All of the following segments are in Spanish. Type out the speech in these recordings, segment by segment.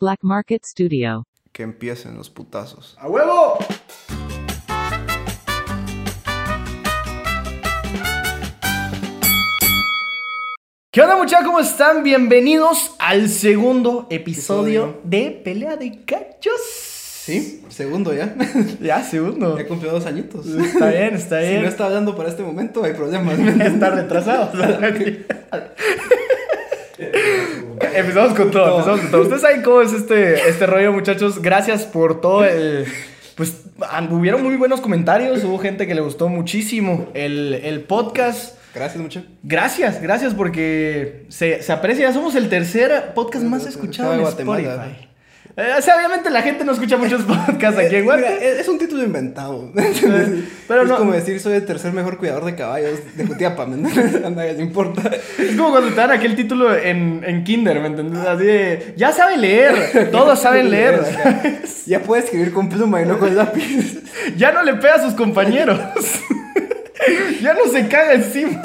Black Market Studio. Que empiecen los putazos. ¡A huevo! ¿Qué onda muchachos? ¿Cómo están? Bienvenidos al segundo episodio Episodio. de Pelea de Cachos. Sí, segundo ya. Ya, segundo. Ya cumplió dos añitos. Está bien, está Si bien. no está hablando para este momento, hay problemas. Está retrasado. empezamos con todo, empezamos con todo. Ustedes saben cómo es este, este rollo, muchachos. Gracias por todo el. Pues ah, hubieron muy buenos comentarios. Hubo gente que le gustó muchísimo el, el podcast. Gracias mucho. Gracias, gracias porque se, se aprecia. Ya somos el tercer podcast más escuchado en Estaba en Guatemala. Spotify. Eh, o sea, obviamente la gente no escucha muchos podcasts aquí Eh, Mira, en Guatemala. es, es un título inventado. ¿entendés? pero es no- como decir, soy el tercer mejor cuidador de caballos de Jutiapa, ¿me entiendes? A nadie le importa. Es como cuando te dan aquel título en, en Kinder, ¿me entendés? Así de, ya saben leer, todos saben leer. ya puedes escribir con pluma y no con lápiz. Ya no le pega a sus compañeros. ya no se caga encima.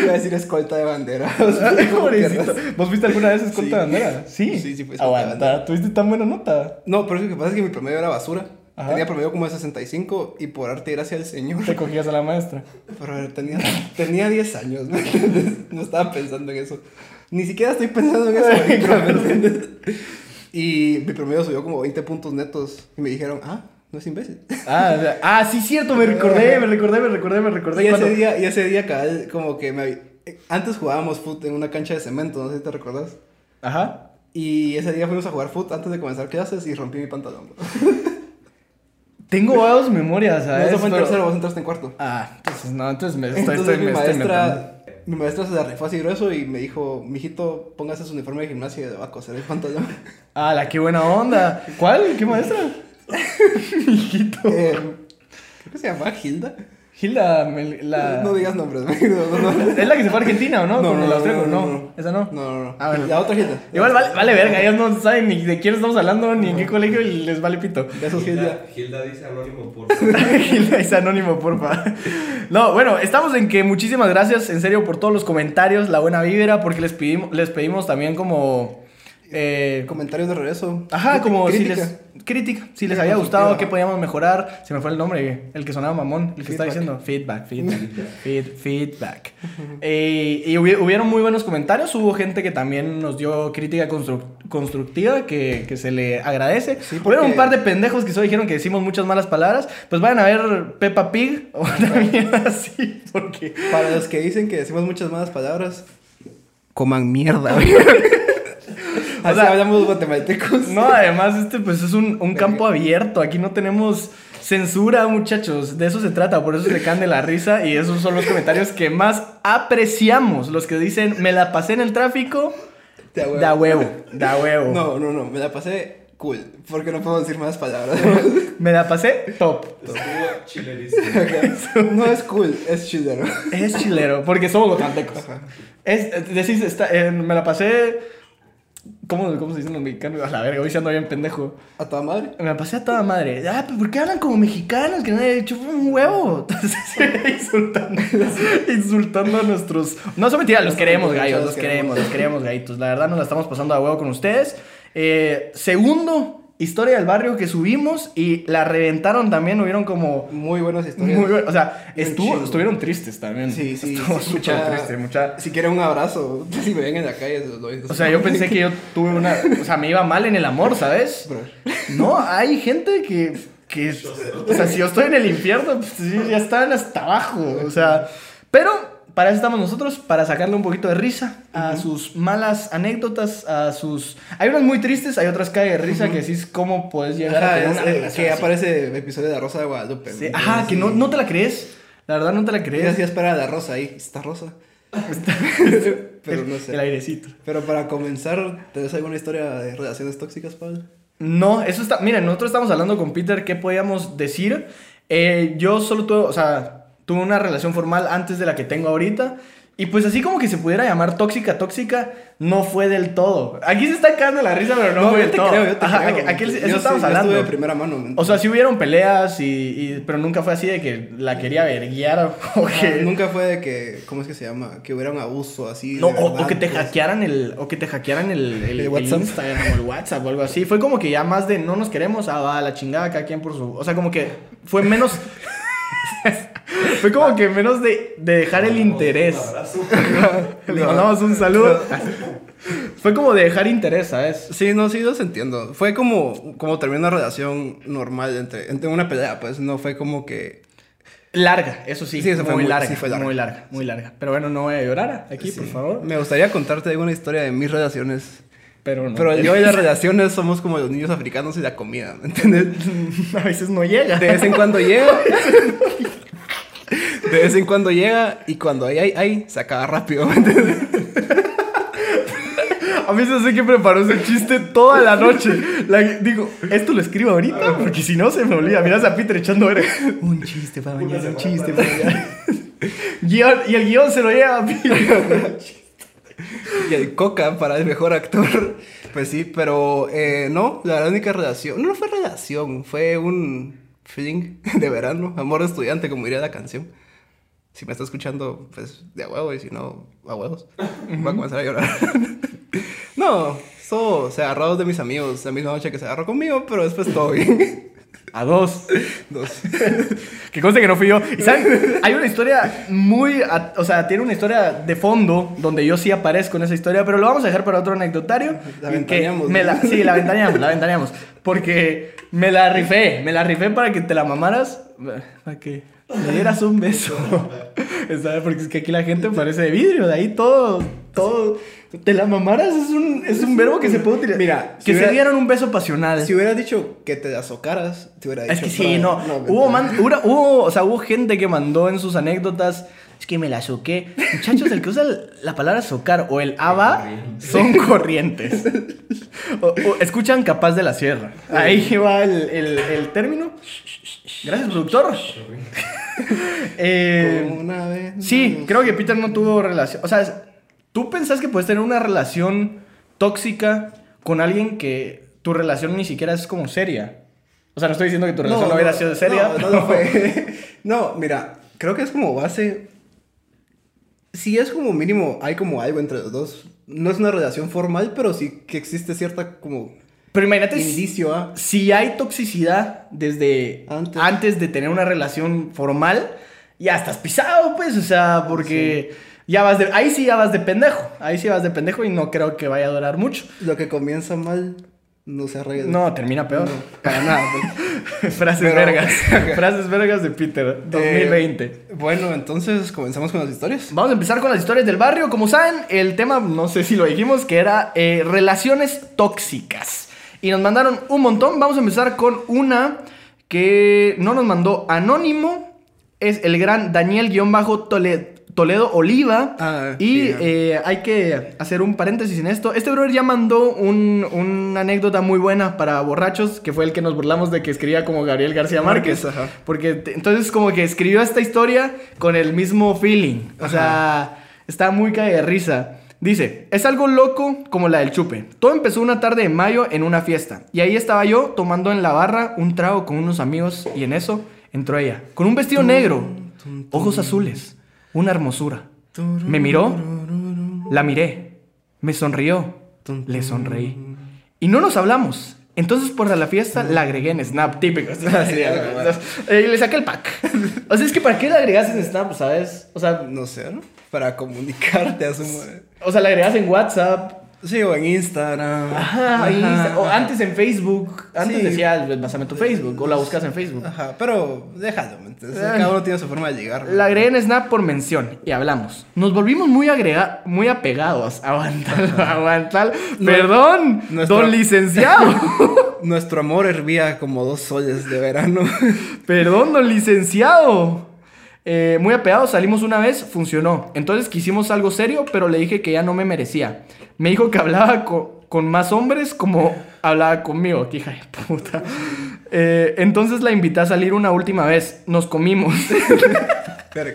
Iba a decir escolta de bandera. Pobrecito. ¿Vos viste alguna vez escolta Sí. de bandera? Sí. Sí, sí, fue escolta de Aguanta, tuviste tan buena nota. No, pero lo que pasa es que mi promedio era basura. Ajá. Tenía promedio como de 65 y por arte y gracia del Señor. Te cogías a la maestra. Pero a ver, tenía, tenía 10 años, ¿me entiendes? No estaba pensando en eso. Ni siquiera estoy pensando en eso. ahorita, ¿me entiendes? y mi promedio subió como 20 puntos netos. Y me dijeron, ah, no es imbécil. Ah, o sea, ah, sí, cierto, me recordé, me recordé, me recordé, me recordé. Y cuando- ese día, y ese día cabal, como que me... hab- Antes jugábamos fútbol en una cancha de cemento, no sé si te recuerdas. Ajá. Y ese día fuimos a jugar fútbol antes de comenzar clases y rompí mi pantalón. Tengo dos memorias, No, ¿sabes? eso fue en Pero- tercero, vos entraste en cuarto. Ah, entonces no, entonces me estoy, Entonces estoy- mi me estoy inventando. maestra, mi maestra se la rifó así grueso y me dijo, mijito, póngase su uniforme de gimnasia y va a coser el pantalón. Ah, la qué buena onda. ¿Cuál? ¿Qué maestra? Hijito. Eh, creo que se llamaba Gilda. Gilda, me- la... No digas nombres. No, no, no. ¿Es la que se fue a Argentina o no? No, Con no, el no, austríaco, no, no, no, no. Esa no. No, no, no. Ah, bueno. La otra Gilda. Igual vale, vale verga, ellos no saben ni de quién estamos hablando, ni en qué colegio y les vale pito. Besos Gilda. Gilda dice anónimo por Gilda es anónimo, porfa. No, bueno, estamos en que muchísimas gracias, en serio, por todos los comentarios, la buena vibra, porque les pedimos, les pedimos también como... eh, Comentarios de regreso. ajá, Crítica- como si crítica. les... Crítica, si les Crítica había gustado, constructiva, qué ajá. podíamos mejorar. Se me fue el nombre, el que sonaba mamón, el que estaba diciendo Feedback. feedback, feedback, feed- feedback. Eh, y hubi- hubieron muy buenos comentarios, hubo gente que también nos dio crítica construc- constructiva, que, que se le agradece. Sí, Hubieron un porque- par de pendejos que solo dijeron que decimos muchas malas palabras, pues vayan a ver Peppa Pig o también así, porque... Para los que dicen que decimos muchas malas palabras, coman mierda. güey. Así sea- hablamos los guatemaltecos. No, además, este pues es un, un campo abierto. Aquí no tenemos censura, muchachos. De eso se trata, por eso se can de la risa. Y esos son los comentarios que más apreciamos. Los que dicen, me la pasé en el tráfico. De a huevo. Da huevo, da huevo. No, no, no. Me la pasé cool. Porque no puedo decir malas palabras. Me la pasé top. Estuvo chilerísimo. no es cool, es chilero. Es chilero, porque somos gotantecos. Es, eh, decís, está, eh, me la pasé. ¿Cómo, ¿Cómo se dicen los mexicanos? A la verga, hoy se ando bien pendejo. A toda madre. Me la pasé a toda madre. Ah, pero ¿por qué hablan como mexicanos? Que nadie chupa un huevo. Entonces, insultando, insultando a nuestros. No, son mentiras, los queremos, gallos. Los queremos, los queremos, gallitos. La verdad, nos la estamos pasando a huevo con ustedes. Eh, segundo, historia del barrio que subimos y la reventaron también. Hubieron como. Muy buenas historias. Muy bueno, o sea, Bien estuvo- chido. estuvieron tristes también. Sí, sí. Mm. Estuvo sí, súper mucha- triste, mucha. Si quieren un abrazo, si me ven en la calle, se los doy. O sea, yo pensé que yo tuve una. O sea, me iba mal en el amor, ¿sabes? Bro. No, hay gente que. que o sea, si yo estoy en el infierno, pues, sí, ya están hasta abajo. O sea, pero para eso estamos nosotros, para sacarle un poquito de risa a sus malas anécdotas, a sus. Hay unas muy tristes, hay otras que hay de risa que decís cómo puedes llegar a Ajá, tener es- una eh, relación que así. aparece el episodio de la Rosa de Guadalupe. Sí, Ajá, que no, no te la crees. La verdad, no te la Ella sí crees. espera a la Rosa ahí. Está Rosa. Pero no El sé. airecito. Pero para comenzar, ¿tenés alguna historia de relaciones tóxicas, Pablo? No, eso está. Mira, nosotros estamos hablando con Peter, ¿qué podíamos decir? Eh, yo solo tuve, o sea, tuve una relación formal antes de la que tengo ahorita. Y pues así como que se pudiera llamar tóxica, tóxica, no fue del todo. Aquí se está cagando la risa, pero no, fue yo del te todo. creo, yo te Ajá, creo. aqu- aquel- Yo eso sí, estamos yo hablando. estuve de primera mano. O sea, sí hubieron peleas, y, y- pero nunca fue así de que la quería verguiar o Ajá, que... Ah, Nunca fue de que, ¿cómo es que se llama? Que hubiera un abuso así. No, de o, verdad, o que te pues. hackearan el, o que te hackearan el, el, El WhatsApp. Instagram o el WhatsApp o algo así. Fue como que ya más de no nos queremos, ah, va, la chingada, cada quien por su. O sea, como que fue menos. fue como que menos de, de dejar el interés. Un abrazo. Le mandamos un saludo. fue como de dejar interés, ¿sabes? Sí, no, sí, los entiendo. Fue como, como terminó una relación normal entre, entre una pelea, pues no fue como que. Larga, eso sí. Sí, eso fue muy, muy- larga, sí fue larga. Muy larga, muy larga. Pero bueno, no voy a llorar aquí, por Sí. Mm. favor. Me gustaría contarte alguna historia de mis relaciones. Pero no. Pero yo y las relaciones somos como los niños africanos y la comida, ¿me entiendes? a veces no llega. De vez en cuando llega. De vez en cuando llega y cuando hay, hay, hay, se acaba rápido. ¿me entiendes? A mí se sé que preparó ese chiste toda la noche. La- digo, esto lo escribo ahorita porque si no se me olvida. Miras a Peter echando verga. Un chiste para Una mañana, un semana chiste para para mañana. Guión- y el guión se lo lleva a Peter. Y el Coca para el mejor actor. Pues sí, pero eh, no, la única relación. No fue relación, fue un fling de verano. Amor de estudiante, como diría la canción. Si me está escuchando, pues de a huevo, y si no, a huevos. Voy a comenzar a llorar. no, so, se agarró de mis amigos la misma noche que se agarró conmigo, pero después todo bien. A dos. Dos. Que conste que no fui yo. Y saben, hay una historia muy. a- O sea, tiene una historia de fondo donde yo sí aparezco en esa historia, pero lo vamos a dejar para otro anecdotario. La en que ventaneamos, me ¿no? la- Sí, la ventaneamos, la ventaneamos. Porque me la rifé, me la rifé para que te la mamaras. Para que le dieras un beso. ¿Sabes? Porque es que aquí la gente parece de vidrio, de ahí todo. Todo. Te la mamaras es un, es un verbo que se puede utilizar. Mira, si que se hubiera- dieran un beso pasional. Si hubieras dicho que te azocaras, te hubiera dicho. Es que sí, no. mentira. hubo, man- hura- hubo- o sea, hubo gente que mandó en sus anécdotas. Es que me la soqué. Muchachos, el que usa el- la palabra socar o el aba son corrientes. O- o escuchan capaz de la sierra. Ah. Ahí va el, el- el término. Gracias, productor. Eh, Como una vez. Sí, creo que Peter no tuvo relación. O sea, es- ¿tú pensás que puedes tener una relación tóxica con alguien que tu relación ni siquiera es como seria? O sea, no estoy diciendo que tu relación no, hubiera sido seria. No, no lo fue. No, mira, creo que es como base. Si es como mínimo, hay como algo entre los dos. No es una relación formal, pero sí que existe cierta como Pero imagínate si- indicio a. si hay toxicidad desde antes. Antes. de tener una relación formal, ya estás pisado, pues, o sea, porque ya vas de... Ahí sí ya vas de pendejo, ahí sí vas de pendejo y no creo que vaya a durar mucho. Lo que comienza mal no se arregla. No, termina peor. para nada. pues. Frases Pero- vergas. Frases vergas de Peter, 2020. Eh, bueno, entonces comenzamos con las historias. Vamos a empezar con las historias del barrio. Como saben, el tema, no sé si lo dijimos, que era eh, relaciones tóxicas. Y nos mandaron un montón. Vamos a empezar con una que no nos mandó anónimo. Es el gran Daniel-Toledo Toledo Oliva. Ah, y sí, ah. eh, hay que hacer un paréntesis en esto. Este brother ya mandó un- una anécdota muy buena para borrachos, que fue el que nos burlamos de que escribía como Gabriel García Márquez. Márquez, ajá. Porque te- entonces como que escribió esta historia con el mismo feeling. O sea, está muy cae de risa. Dice, es algo loco como la del chupe. Todo empezó una tarde de mayo en una fiesta. Y ahí estaba yo tomando en la barra un trago con unos amigos y en eso entró ella. Con un vestido negro, ojos azules, una hermosura. Me miró, la miré, me sonrió, le sonreí. Y no nos hablamos. Entonces por la fiesta la agregué en Snap, típico. Eh, y le saqué el pack. O sea, es que ¿para qué la agregas en Snap, sabes? O sea, No sé, ¿no? Para comunicarte, asumo. o sea la agregas en WhatsApp. Sí, o en Instagram. Ajá, ahí está. O Ajá. antes en Facebook. Antes Sí. decía, "Ah, pues, pásame tu Facebook. O la buscas en Facebook. Ajá, pero déjalo, ¿me entiendes? Ah. Cada uno tiene su forma de llegar. ¿me La agregué en Snap por mención y hablamos. Nos volvimos muy agrega muy apegados. Aguantal, aguantal. Perdón, nuestro- don licenciado. Nuestro amor hervía como dos soles de verano. Perdón, don licenciado. Eh, muy apegados, salimos una vez, funcionó. Entonces quisimos algo serio, pero le dije que ya no me merecía. Me dijo que hablaba co- con, más hombres como hablaba conmigo. Qué hija de puta. Eh, entonces la invité a salir una última vez. Nos comimos. Pero-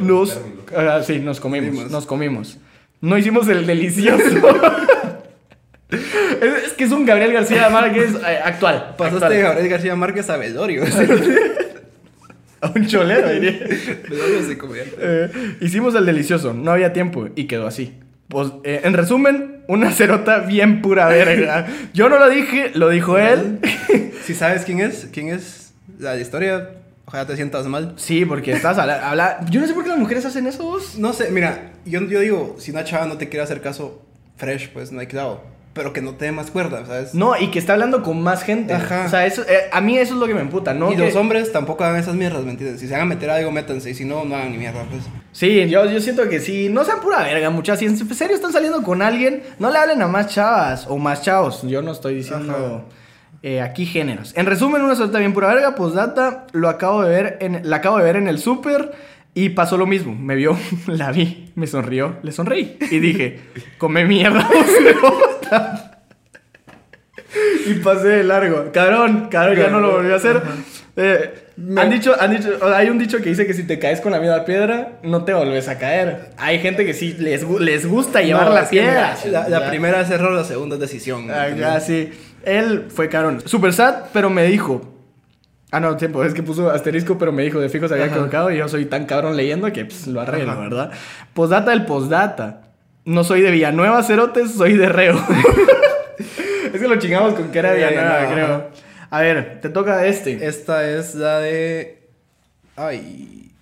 Nos, ah, sí, nos comimos, Comimos. nos comimos. No hicimos el delicioso. es, es que es un Gabriel García Márquez eh, actual. Pasaste de actual. Gabriel García Márquez a Velorio. así. a un cholero, diría. Velorio se comediante. Eh, hicimos el delicioso, no había tiempo y quedó así. Pues, eh, en resumen, una cerota bien pura verga. Yo no lo dije, lo dijo él. Si sabes quién es, quién es la historia, ojalá te sientas mal. Sí, porque estás habla, habla- Yo no sé por qué las mujeres hacen eso. vos. No sé, mira, yo, yo digo, si una chava no te quiere hacer caso, fresh, pues no hay clavo. Pero que no te dé más cuerda, ¿sabes? No, y que está hablando con más gente. Ajá. O sea, eso, eh, a mí eso es lo que me emputa, ¿no? y Que- los hombres tampoco hagan esas mierdas, ¿me entiendes? Si se van a meter a algo, métanse. Y si no, no hagan ni mierda, pues. Sí, yo, yo siento que sí. No sean pura verga, muchachos. Si en serio están saliendo con alguien, no le hablen a más chavas o más chavos. Yo no estoy diciendo eh, aquí géneros. En resumen, una solta bien pura verga, pues data, lo acabo de ver en, la acabo de ver en el súper y pasó lo mismo. Me vio, la vi, me sonrió, le sonreí y dije, come mierda, vos de puta". Y pasé de largo. Cabrón, cabrón, ya no lo volví a hacer. Eh, han dicho, han dicho, o sea, hay un dicho que dice que si te caes con la misma piedra, no te volvés a caer. Hay gente que sí les, gu- les gusta llevar No, la es que, piedra. mira, La, la Ya. primera es error, la segunda es decisión. ¿me Ah, entiendes? ya, sí. Él fue cabrón. Super sad, pero me dijo. Ah, no, tiempo, es que puso asterisco, pero me dijo, de fijo se había Ajá. equivocado y yo soy tan cabrón leyendo que pues, lo arreglo, Ajá. ¿verdad? Postdata del postdata. No soy de Villanueva, Cerotes, soy de Reo. es que lo chingamos con que era de Sí, Villanueva, no, creo. ajá. A ver, te toca este. Esta es la de. Ay.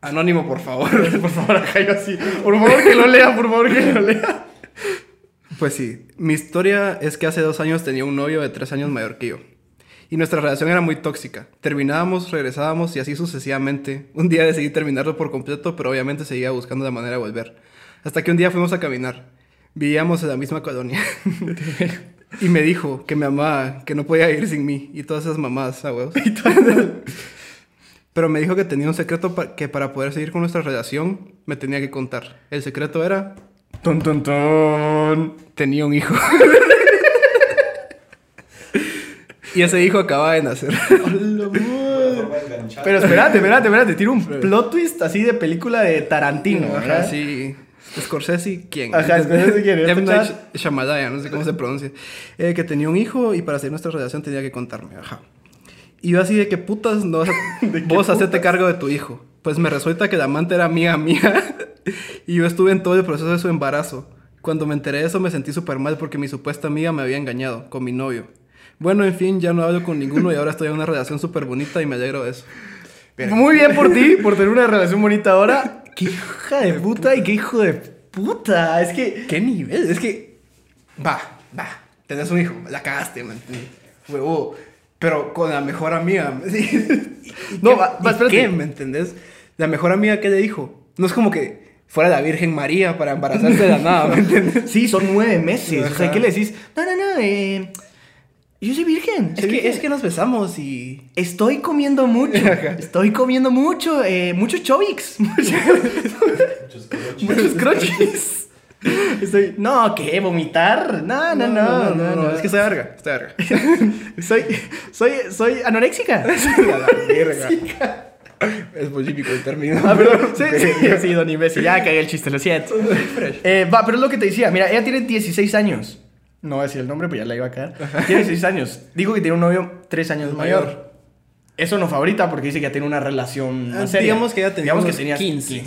Anónimo, por favor. Por favor, acá yo así. Por favor, que lo lea, por favor, que lo lea. Pues sí, mi historia es que hace dos años tenía un novio de tres años mayor que yo. Y nuestra relación era muy tóxica. Terminábamos, regresábamos y así sucesivamente. Un día decidí terminarlo por completo, pero obviamente seguía buscando la manera de volver. Hasta que un día fuimos a caminar. Vivíamos en la misma colonia. y me dijo que me amaba, que no podía ir sin mí y todas esas mamás, a huevos. Pero me dijo que tenía un secreto pa- que para poder seguir con nuestra relación me tenía que contar. El secreto era Ton, ton, ton. tenía un hijo. y ese hijo acaba de nacer. Pero espérate, espérate, espérate. Tiene un plot twist así de película de Tarantino. Ajá, ¿verdad? sí. Scorsese, ¿quién? Ajá, Scorsese, ¿quién? M. Este Night chat. Shyamalan, no sé cómo se pronuncia. Eh, que tenía un hijo y para hacer nuestra relación tenía que contarme, ajá. Y yo así de que putas no vas a- vos hacerte cargo de tu hijo. Pues me resulta que la amante era mía, mía. y yo estuve en todo el proceso de su embarazo. Cuando me enteré de eso me sentí súper mal porque mi supuesta amiga me había engañado con mi novio. Bueno, en fin, ya no hablo con ninguno y ahora estoy en una relación súper bonita y me alegro de eso. Muy bien por ti, por tener una relación bonita ahora. Qué hija de puta y qué hijo de puta. Es que. ¿Qué nivel? Es que. Va, va. Tenés un hijo, la cagaste, man. Huevo. Pero con la mejor amiga. No, no, va- va, va, espérate. ¿Qué? ¿Me entendés? La mejor amiga que le dijo. No es como que fuera la Virgen María para embarazarse de la nada, ¿me entendés? Sí, son nueve meses. O sea, Ajá. ¿qué le decís? No, no, no. eh, yo soy virgen. Es soy que, virgen. es que nos besamos y. Estoy comiendo mucho. Ajá. Estoy comiendo mucho. eh, muchos chovics. Muchos crochis. Estoy. No, ¿qué? ¿Vomitar? No, no, no. No, no, Es que soy verga, soy verga. soy, soy, soy anoréxica. A la verga. Es político el término. Ah, perdón. Sí, sí, sí, don imbécil. Ya cagué el chiste, lo siento. Eh, va, pero es lo que te decía. Mira, ella tiene 16 años. No voy a decir el nombre, pues ya la iba a caer. Tiene 16 años. Digo que tiene un novio 3 años mayor. Mayor. Eso no favorita porque dice que ya tiene una relación más Ah, seria. digamos que ya tenía Digamos que unos tenía 15.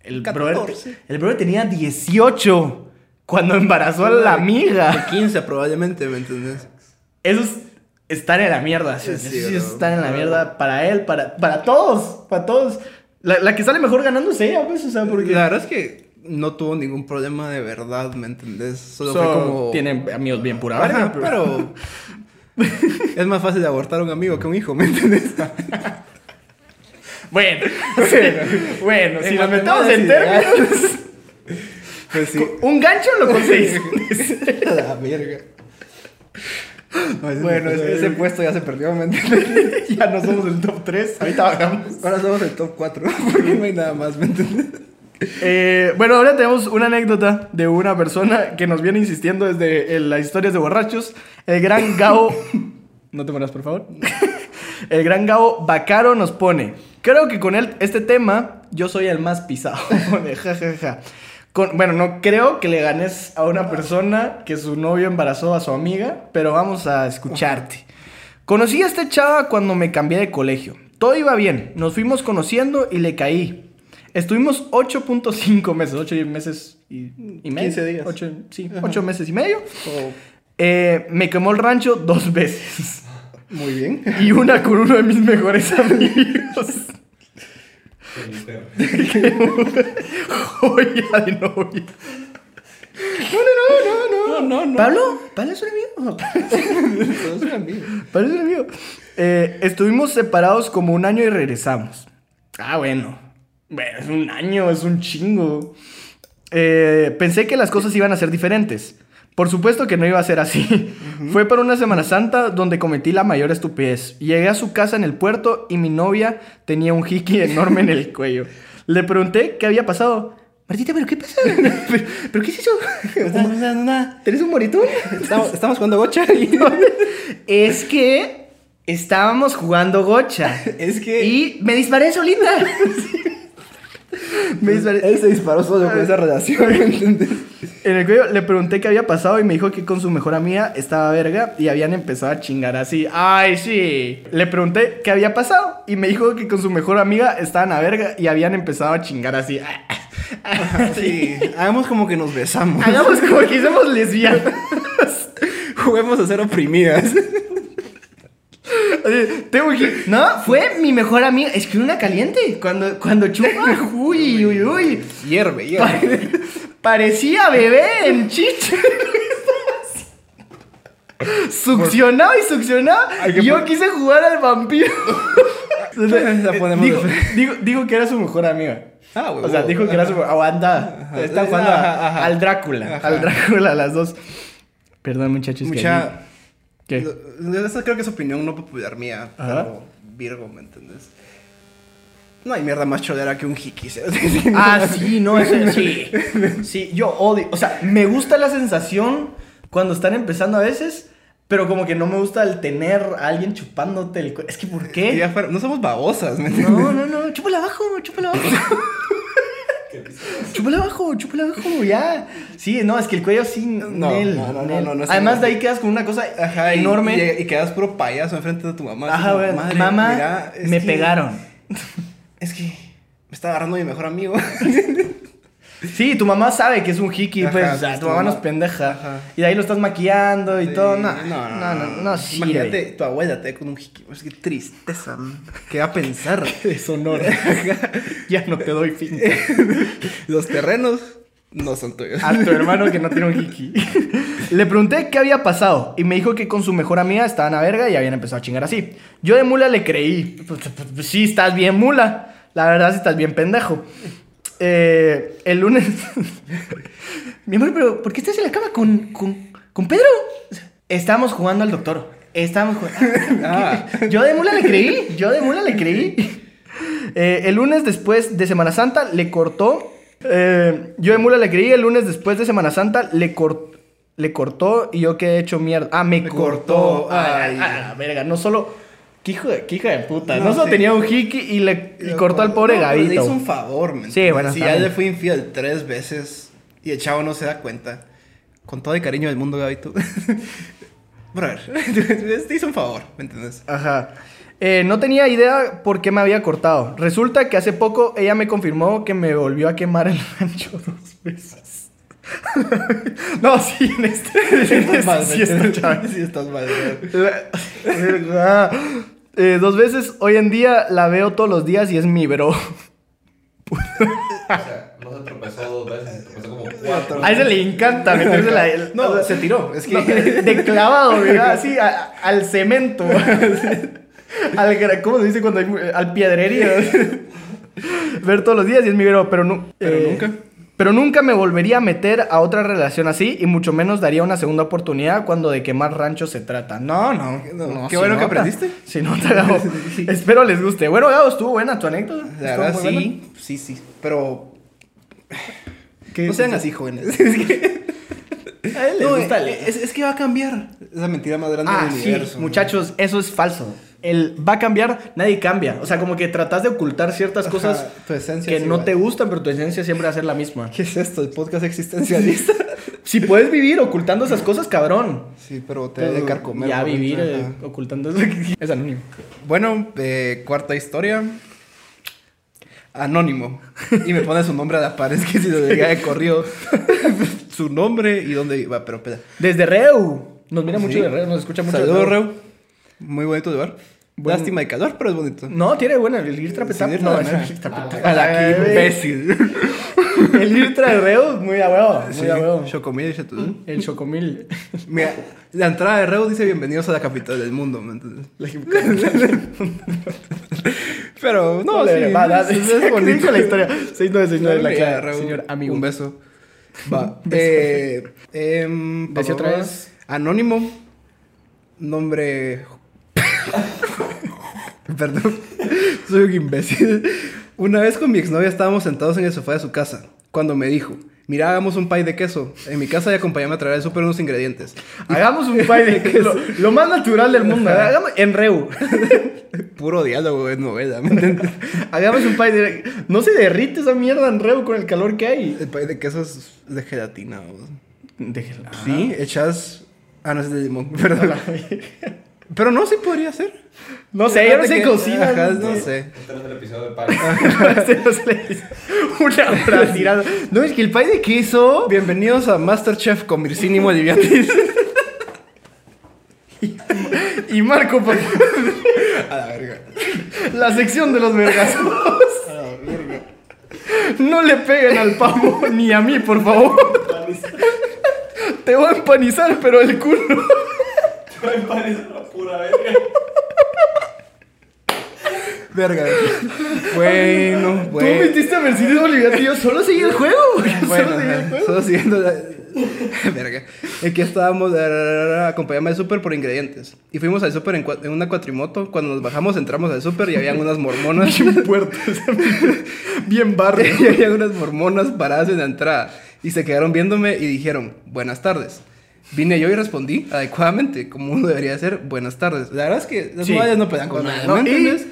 El, 14. Brother, el brother tenía 18 cuando embarazó a la De amiga. 15 probablemente, ¿me entendés? Eso es estar en la mierda. Sí, Eso sí, sí, es bro. estar en la mierda para él, para, para todos, para todos. La, la que sale mejor ganando es ella, pues, o sea, porque... La verdad es que no tuvo ningún problema de verdad, ¿me entendés? Solo So, fue como. Tienen amigos bien pura Ajá, verga, pero- pero. es más fácil abortar a un amigo que a un hijo, ¿me entiendes? Bueno, sí, bueno, si En nos metemos en matemáticas términos... Pues sí. Un gancho lo conseguís. A la verga. bueno, ese, ese puesto ya se perdió, ¿me entiendes? ya no somos el top 3. Ahorita bajamos. Ahora somos el top 4, porque no hay nada más, ¿me entiendes? Eh, bueno, ahora tenemos una anécdota de una persona que nos viene insistiendo desde el- las historias de borrachos. El gran Gabo. no te mueras, por favor. el gran Gabo Bacaro nos pone. Creo que con el- este tema yo soy el más pisado. De ja, ja, ja. Con- bueno, no creo que le ganes a una persona que su novio embarazó a su amiga, pero vamos a escucharte. Conocí a esta chava cuando me cambié de colegio. Todo iba bien, nos fuimos conociendo y le caí. Estuvimos 8.5 meses, 8 meses y, y medio. 15 días. Ocho- sí, Ajá. 8 meses y medio. Oh, Eh, me quemó el rancho dos veces. muy bien. Y una con uno de mis mejores amigos. Con mi perro. Joya de novia. No, no, no. ¿Pablo? ¿Pablo es un amigo? Todos son amigos. ¿Pablo es un amigo? Eh, estuvimos separados como un año y regresamos. Ah, bueno. Bueno, es un año, es un chingo. Eh, pensé que las cosas iban a ser diferentes. Por supuesto que no iba a ser así. Fue para una Semana Santa donde cometí la mayor estupidez. Llegué a su casa en el puerto y mi novia tenía un hiki enorme en el cuello. Le pregunté qué había pasado. Martita, ¿pero qué pasa? ¿Pero, pero qué es eso? ¿Tenés un moritón? Estamos, estamos jugando gocha y... Es que estábamos jugando gocha. Es que- Y me disparé solita. me disparé. Él se disparó solo con esa relación, ¿entendés? En el cuello le pregunté qué había pasado y me dijo que con su mejor amiga estaba verga y habían empezado a chingar así. ¡Ay, sí! Le pregunté qué había pasado y me dijo que con su mejor amiga estaban a verga y habían empezado a chingar así. Sí, hagamos como que nos besamos. Hagamos como que somos lesbianas. Juguemos a ser oprimidas. Así, Tengo que... No, fue mi mejor amiga. Es que una caliente. Cuando, cuando chupa, uy, uy, uy. Hierve, Pa- hierve. Parecía bebé en chicha. succionaba y succionaba. Hay que Y yo pon- quise jugar al vampiro. eh, La ponemos dijo, de dijo- dijo que era su mejor amiga. Ah, huevo. o sea, dijo que era su mejor. Aguanta. Ajá. Están jugando a- Ajá, ajá. al Drácula. Ajá. Al Drácula, las dos. Perdón, muchachos. que ahí- Mucha... ¿Qué? Lo- Esa creo que es opinión no popular mía, Ajá. pero Virgo, ¿me entendés? No hay mierda más cholera que un hiki. ¿sí? Ah, sí, no, ese, sí. Sí, yo odio. O sea, me gusta la sensación cuando están empezando a veces, pero como que no me gusta el tener a alguien chupándote el cuello. Es que, ¿por Y ya qué? fuera- No somos babosas, ¿me entiendes? No, no, no, chúpala abajo, chúpala abajo. Chúpala abajo, chúpala abajo, ya. Sí, no, es que el cuello sí. No, nel, no, no, nel. no, no, no, Además, no. de ahí quedas con una cosa Ajá, y- enorme. Y, y quedas puro payaso enfrente de tu mamá. así Ajá, como, güey. "Madre, Mamá, mira, es me que- pegaron. Es que me está agarrando mi mejor amigo. Sí, tu mamá sabe que es un hiki, Ajá, pues, o sea, pues, tu tu mamá no mamá- es pendeja. Ajá. Y de ahí lo estás maquillando y todo. No, no, no, no, sirve. Imagínate, tu abuela te ve con un hiki. Es que tristeza. man. ¿Qué va a pensar? deshonor. ya no te doy fin. Los terrenos no son tuyos. A tu hermano que no tiene un hiki. Le pregunté qué había pasado y me dijo que con su mejor amiga estaban a verga y habían empezado a chingar así. Yo de mula le creí. Pues, pues, pues, sí, estás bien mula. La verdad, sí estás bien pendejo. Eh, el lunes. Mi amor, pero ¿por qué estás en la cama con, con, con Pedro? Estábamos jugando al doctor. Estábamos jugando. Ah. Yo de mula le creí. Yo de mula le creí. Eh, el lunes después de Semana Santa le cortó. eh, yo de mula le creí. El lunes después de Semana Santa le cortó. Le cortó y yo quedé hecho mierda. Ah, me, Me cortó. cortó. Ay, Ay. a la verga. No solo. Qué hijo de, qué hija de puta. No, No, solo sí. tenía un hiki y le y Yo cortó al pobre no, pero Gavito. Le hizo un favor, ¿me Sí, entiendes? bueno, Si está ya bien. le fui infiel tres veces y el chavo no se da cuenta. Con todo el cariño del mundo, Gabito. Brother, te hizo un favor, ¿me entiendes? Ajá. Eh, no tenía idea por qué me había cortado. Resulta que hace poco ella me confirmó que me volvió a quemar el rancho dos veces. no, sí, en este. en este sí está chaval. sí estás mal, brother. La- Ah, eh, dos veces hoy en día la veo todos los días y es mi bro. O sea, no se tropezó dos veces, se tropezó como cuatro. A Ah, ese le encanta meterse la. el- No, o sea, se tiró. Es que. No, de clavado, ¿verdad? Así, a- al cemento. al, gra- ¿Cómo se dice cuando hay mu- Al piedrerío. Ver todos los días y es mi vero, pero, nu- eh, Pero nunca. Pero nunca me volvería a meter a otra relación así y mucho menos daría una segunda oportunidad cuando de quemar rancho se trata. No, no. No, no, qué se bueno que nota. aprendiste. Se nota, Gabo. Espero les guste. Bueno, Gabo, estuvo buena tu anécdota. La Estuvo verdad, muy buena. sí, sí, sí. Pero ¿Qué- no sean así jóvenes. Es que, A él le no, eh, gusta. es, es que va a cambiar. Es la mentira más grande Ah, del sí, universo. muchachos, eso es falso. el va a cambiar, nadie cambia. O sea, como que tratas de ocultar ciertas Ajá, cosas tu esencia que es no igual. te gustan, pero tu esencia siempre va a ser la misma. ¿Qué es esto? ¿El podcast existencialista? Si puedes vivir ocultando esas cosas, cabrón. sí, pero te debe de carcomer. Ya por dentro, vivir eh, ajá. ocultando eso que- es anónimo. Bueno, eh, cuarta historia. Anónimo. Y me pone su nombre a la pared, es que si lo diría de corrido. su nombre y dónde iba, pero espera. Desde Reu. Nos mira mucho Sí. de Reu, nos escucha mucho de Saludos, Reu. Muy bonito lugar. Buen- Lástima de calor, pero es bonito. No, tiene buena el ir trapetando. Sí, no, ir el ir trapetando. trapetando. A la que imbécil. El ir tra- Reu, muy a huevo, muy a huevo. Sí, Chocomil y Chatudú. El chocomil. Mira, la entrada de Reu dice bienvenidos a la capital del mundo, ¿me entiendes? Pero no, sí, va, da- es, es bonito la historia. 6969, la Ya, clave, Raúl, señor amigo. Un beso. Va. eh, em, Decía otra papá, vez. Anónimo. Nombre. Perdón. Soy un imbécil. Una vez con mi exnovia estábamos sentados en el sofá de su casa. Cuando me dijo. Mira, hagamos un pay de queso. En mi casa y acompáñame a traer al súper unos ingredientes. Hagamos un pie de queso. lo, lo más natural del mundo. Hagamos, en Reu. Puro diálogo de novela, ¿me entiendes? Hagamos un pie de. No se derrite esa mierda en Reu con el calor que hay. El pay de queso es de gelatina. vos. Déjela. Sí, echas. Ah, no, es de limón, perdón. Pero no, sí podría ser. No sé, yo no Fíjate sé que- cocina. Ajá, no sé. Este no es el episodio de Paris. Este no se le dice. Una frase tirada. No, es que el pie de queso. Bienvenidos a Masterchef con Virginie Moliviatis. Y Marco, por favor, a la verga. la sección de los vergazos. No le peguen al pavo ni a mí, por favor. Te voy a empanizar, pero el culo. Estoy en París a la pura verga. Verga. Bueno, Tú bueno. metiste a Mercedes Bolivia, yo solo seguí el juego. güey. Bueno, solo seguí el ajá, juego. solo siguiendo la... Verga. Aquí estábamos ra, ra, ra, ra, acompañando al súper por ingredientes. Y fuimos al súper en, cua- en una cuatrimoto. Cuando nos bajamos, entramos al súper y habían unas mormonas. Bien puerto, o sea, bien barrio. y había unas mormonas paradas en la entrada y se quedaron viéndome y dijeron, buenas tardes. Vine yo y respondí adecuadamente, como uno debería hacer, buenas tardes. La verdad es que las Sí. madres no pedan con No, nada, no, ¿me y- entiendes?